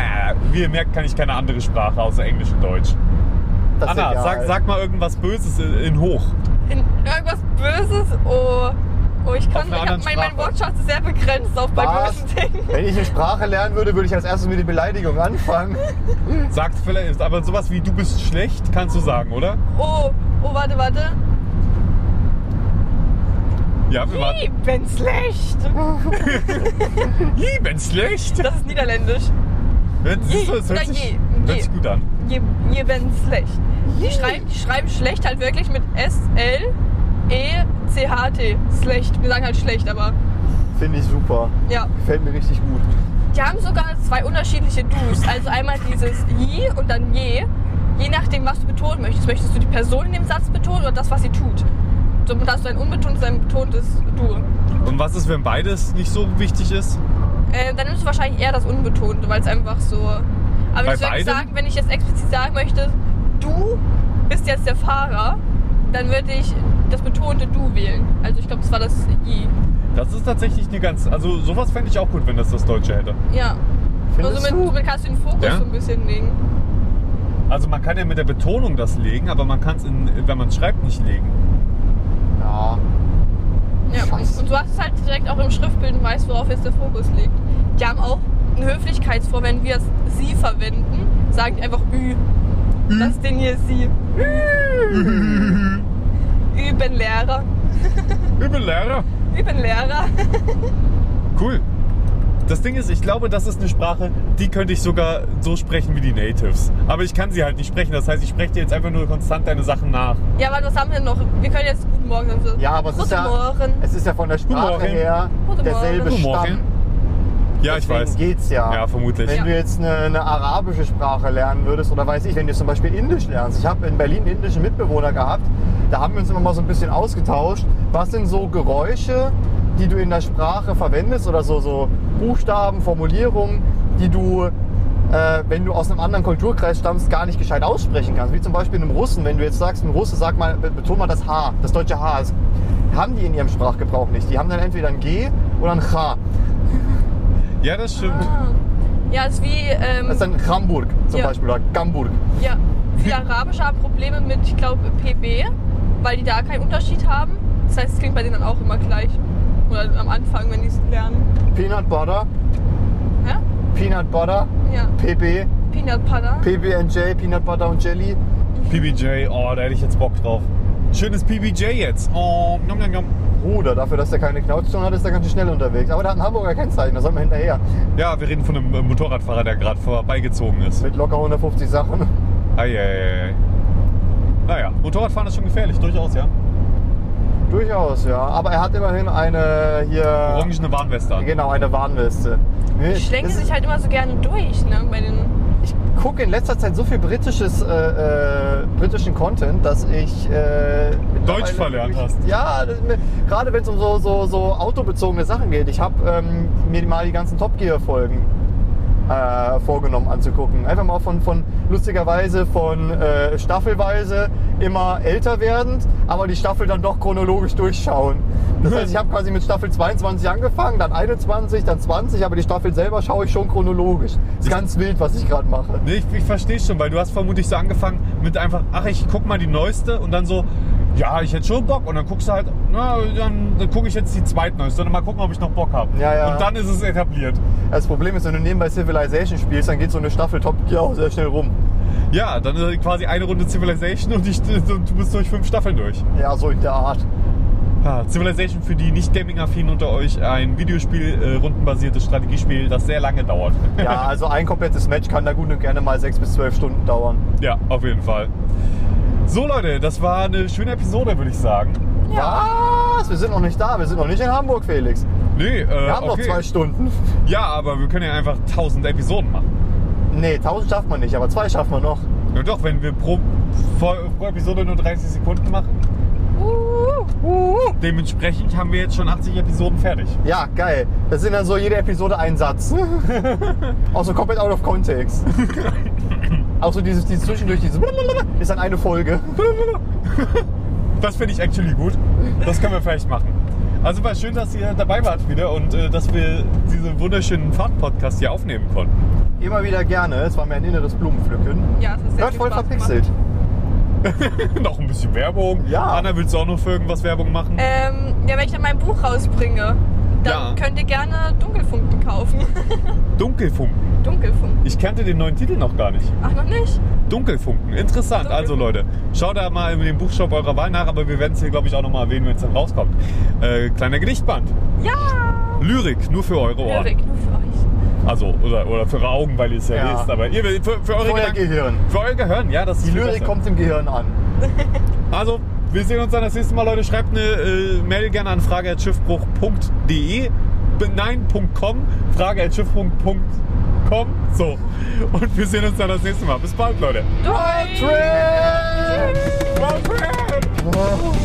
A: Wie ihr merkt, kann ich keine andere Sprache außer Englisch und Deutsch.
B: Das ist
A: Anna,
B: egal.
A: sag, sag mal irgendwas Böses in, in hoch.
C: In irgendwas Böses? Oh, oh ich
A: Auf
C: kann.
A: einer
C: Ich
A: anderen
C: hab, mein, mein
A: Sprache.
C: Wortschatz ist sehr begrenzt auf bei
B: Was?
C: bösen Dingen.
B: Wenn ich eine Sprache lernen würde, würde ich als erstes mit der Beleidigung anfangen.
A: Sagt vielleicht, aber sowas wie du bist schlecht, kannst du sagen, oder?
C: Oh, oh, warte, warte.
A: Ja, wir warten.
C: Ich bin schlecht.
A: Je, wenn's schlecht.
C: Das ist niederländisch.
A: Das
C: Je,
A: ist so, es hört,
C: oder
A: sich,
C: je,
A: hört
C: je.
A: sich gut an.
C: Je, je bin schlecht. Die schreiben, die schreiben schlecht halt wirklich mit E S-L-E-C-H-T. Schlecht. Wir sagen halt schlecht, aber
B: Finde ich super.
C: ja.
B: Gefällt mir richtig gut.
C: Die haben sogar zwei unterschiedliche Dus. Also einmal dieses Je und dann Je. Je nachdem, was du betonen möchtest. Möchtest du die Person in dem Satz betonen oder das, was sie tut? So, da hast du ein unbetontes, ein betontes Du.
A: Und was ist, wenn beides nicht so wichtig ist?
C: Äh, dann nimmst du wahrscheinlich eher das Unbetonte, weil es einfach so. Aber
A: Bei
C: ich würde
A: beidem?
C: sagen, wenn ich jetzt explizit sagen möchte, du bist jetzt der Fahrer, dann würde ich das betonte Du wählen. Also ich glaube, das war das Je.
A: Das ist tatsächlich eine ganz. Also, sowas fände ich auch gut, wenn das das Deutsche hätte.
C: Ja. Nur
B: Findest
C: somit,
B: du?
C: somit kannst du den Fokus
A: Ja.
C: so ein bisschen legen.
A: Also, man kann ja mit der Betonung das legen, aber man kann es, wenn man es schreibt, nicht legen.
B: Ja.
C: Ja.
B: Scheiße.
C: Und du hast es halt direkt auch im Schriftbild und weißt, worauf jetzt der Fokus liegt. Die haben auch einen Höflichkeitsvor, wenn wir es sie verwenden, sagen die einfach Ü.
B: Hm?
C: Das Ding hier ist sie. Ü. Üben Lehrer.
A: Übel Lehrer.
C: Üben Lehrer.
A: Cool. Das Ding ist, ich glaube, das ist eine Sprache, die könnte ich sogar so sprechen wie die Natives. Aber ich kann sie halt nicht sprechen. Das heißt, ich spreche dir jetzt einfach nur konstant deine Sachen nach.
C: Ja, aber was haben wir denn noch? Wir können jetzt Guten Morgen sagen. So,
B: Ja, aber es
C: Guten
B: ist ja,
C: Morgen.
B: es ist ja von der Sprache
A: Morgen.
B: her
C: Guten
B: derselbe
A: Morgen. Guten
B: Stamm.
A: Morgen. Ja, ich
B: Deswegen
A: weiß.
B: geht's ja.
A: Ja, vermutlich.
B: Wenn
C: Ja.
B: du jetzt eine, eine arabische Sprache lernen würdest, oder weiß ich, wenn du zum Beispiel Indisch lernst. Ich habe in Berlin einen indischen Mitbewohner gehabt, da haben wir uns immer mal so ein bisschen ausgetauscht. Was sind so Geräusche, die du in der Sprache verwendest, oder so, so Buchstaben, Formulierungen, die du, äh, wenn du aus einem anderen Kulturkreis stammst, gar nicht gescheit aussprechen kannst? Wie zum Beispiel einem Russen, wenn du jetzt sagst, ein Russe, sag mal, be- beton mal das H, das deutsche H. Das haben die in ihrem Sprachgebrauch nicht. Die haben dann entweder ein G oder ein Ch.
A: Ja, das stimmt.
C: Ah. Ja, ist wie. Ähm,
B: Das ist dann Hamburg zum
C: Ja.
B: Beispiel oder Gamburg.
C: ja, viele Arabische haben Probleme mit, ich glaube, PB, weil die da keinen Unterschied haben. Das heißt, es klingt bei denen dann auch immer gleich. Oder am Anfang, wenn die es lernen.
B: Peanut Butter,
C: Ja?
B: Peanut Butter,
C: Ja.
B: PB,
C: Peanut Butter.
B: PB&J, Peanut Butter und Jelly.
A: PBJ, oh, da hätte ich jetzt Bock drauf. Schönes PBJ jetzt. Oh, nom, nom, nom.
B: Bruder, dafür, dass er keine Knautschung hat, ist er ganz schön schnell unterwegs. Aber der hat ein Hamburger Kennzeichen, da soll man hinterher.
A: Ja, wir reden von einem äh, Motorradfahrer, der gerade vorbeigezogen ist.
B: Mit locker 150 Sachen.
A: Eieiei. Naja, Motorradfahren ist schon gefährlich, durchaus, ja.
B: Durchaus, ja. Aber er hat immerhin eine hier.
A: Orangene Warnweste an.
B: Genau, eine Warnweste.
C: Die schlängen
B: Es-
C: sich halt immer so gerne durch, ne? Bei den
B: ich gucke in letzter Zeit so viel britisches, äh, äh, britischen Content, dass ich äh, mittlerweile
A: verlernt
B: wirklich-
A: hast.
B: Ja, das- mir- gerade wenn es um so, so, so autobezogene Sachen geht. Ich habe ähm, mir mal die ganzen Top Gear Folgen äh, vorgenommen anzugucken. Einfach mal von, von lustigerweise von äh, staffelweise immer älter werdend, aber die Staffel dann doch chronologisch durchschauen. Das heißt, ich habe quasi mit Staffel 22 angefangen, dann 21, dann 20, aber die Staffel selber schaue ich schon chronologisch. Ist ganz wild, was ich gerade mache.
A: Nee, ich, ich verstehe schon, weil du hast vermutlich so angefangen mit einfach, ach, ich guck mal die neueste und dann so, ja, ich hätte schon Bock. Und dann guckst du halt, na, dann, dann gucke ich jetzt die zweitneueste und mal gucken, ob ich noch Bock habe.
B: Ja, ja.
A: Und dann ist es etabliert.
B: Das Problem ist, wenn du nebenbei Civilization spielst, dann geht so eine Staffel Top Gear auch sehr schnell rum.
A: Ja, dann ist quasi eine Runde Civilization und, ich, und du bist durch fünf Staffeln durch.
B: Ja, so in der Art.
A: Ah, Civilization für die nicht gaming-affinen unter euch, ein Videospiel, äh, rundenbasiertes Strategiespiel, das sehr lange dauert.
B: Ja, also ein komplettes Match kann da gut und gerne mal sechs bis zwölf Stunden dauern.
A: ja, auf jeden Fall. So Leute, das war eine schöne Episode, würde ich sagen.
B: Was? Wir sind noch nicht da. Wir sind noch nicht in Hamburg, Felix.
A: Nee, äh,
B: Wir haben
A: okay.
B: noch zwei Stunden.
A: Ja, aber wir können ja einfach 1000 Episoden machen.
B: Nee, 1000 schafft man nicht, aber zwei schafft man noch.
A: Ja doch, wenn wir pro, pro, pro Episode nur 30 Sekunden machen.
C: uh, uh,
A: Dementsprechend haben wir jetzt schon 80 Episoden fertig.
B: Ja, geil. Das sind dann so jede Episode ein Satz. auch so komplett out of context. auch so dieses, dieses zwischendurch, dieses ist dann eine Folge.
A: Das finde ich actually gut. Das können wir vielleicht machen. Also war schön, dass ihr dabei wart wieder und äh, dass wir diesen wunderschönen Fahrt-Podcast hier aufnehmen konnten.
B: Immer wieder gerne. Es war mir ein inneres Blumenpflücken.
C: ja, das ist sehr
B: Hört
C: viel
B: voll
C: Spaß
B: verpixelt.
C: Gemacht.
A: noch ein bisschen Werbung.
B: Ja.
A: Anna, willst du auch noch für irgendwas Werbung machen?
C: Ähm, ja, wenn ich dann mein Buch rausbringe, dann
A: Ja.
C: könnt ihr gerne Dunkelfunken kaufen.
A: Dunkelfunken.
C: Dunkelfunken.
A: Ich kannte den neuen Titel noch gar nicht.
C: Ach, noch nicht?
A: Dunkelfunken. Interessant.
C: Dunkelfunken.
A: Also Leute, schaut da mal in dem Buchshop eurer Wahl nach, aber wir werden es hier, glaube ich, auch nochmal erwähnen, wenn es dann rauskommt. Äh, kleiner Gedichtband.
C: Ja!
A: Lyrik, nur für eure Ohren.
C: Perfekt, nur für euch.
A: Also, oder, oder für eure Augen, weil ihr es ja,
B: Ja.
A: lest. Aber ihr, für, für eure
B: Euer
A: Gedanken-
B: Gehirn.
A: Für euer Gehirn, ja, das ist
B: Die
A: viel
B: Lyrik
A: besser.
B: kommt im Gehirn an.
A: Also, wir sehen uns dann das nächste Mal, Leute. Schreibt eine äh, Mail gerne an frage.schiffbruch.de. Be- Nein, Punkt .com. Frage.schiffbruch.com. So. Und wir sehen uns dann das nächste Mal. Bis bald, Leute.
C: Durch!
B: Trend!
A: Bye, friend.
B: Oh.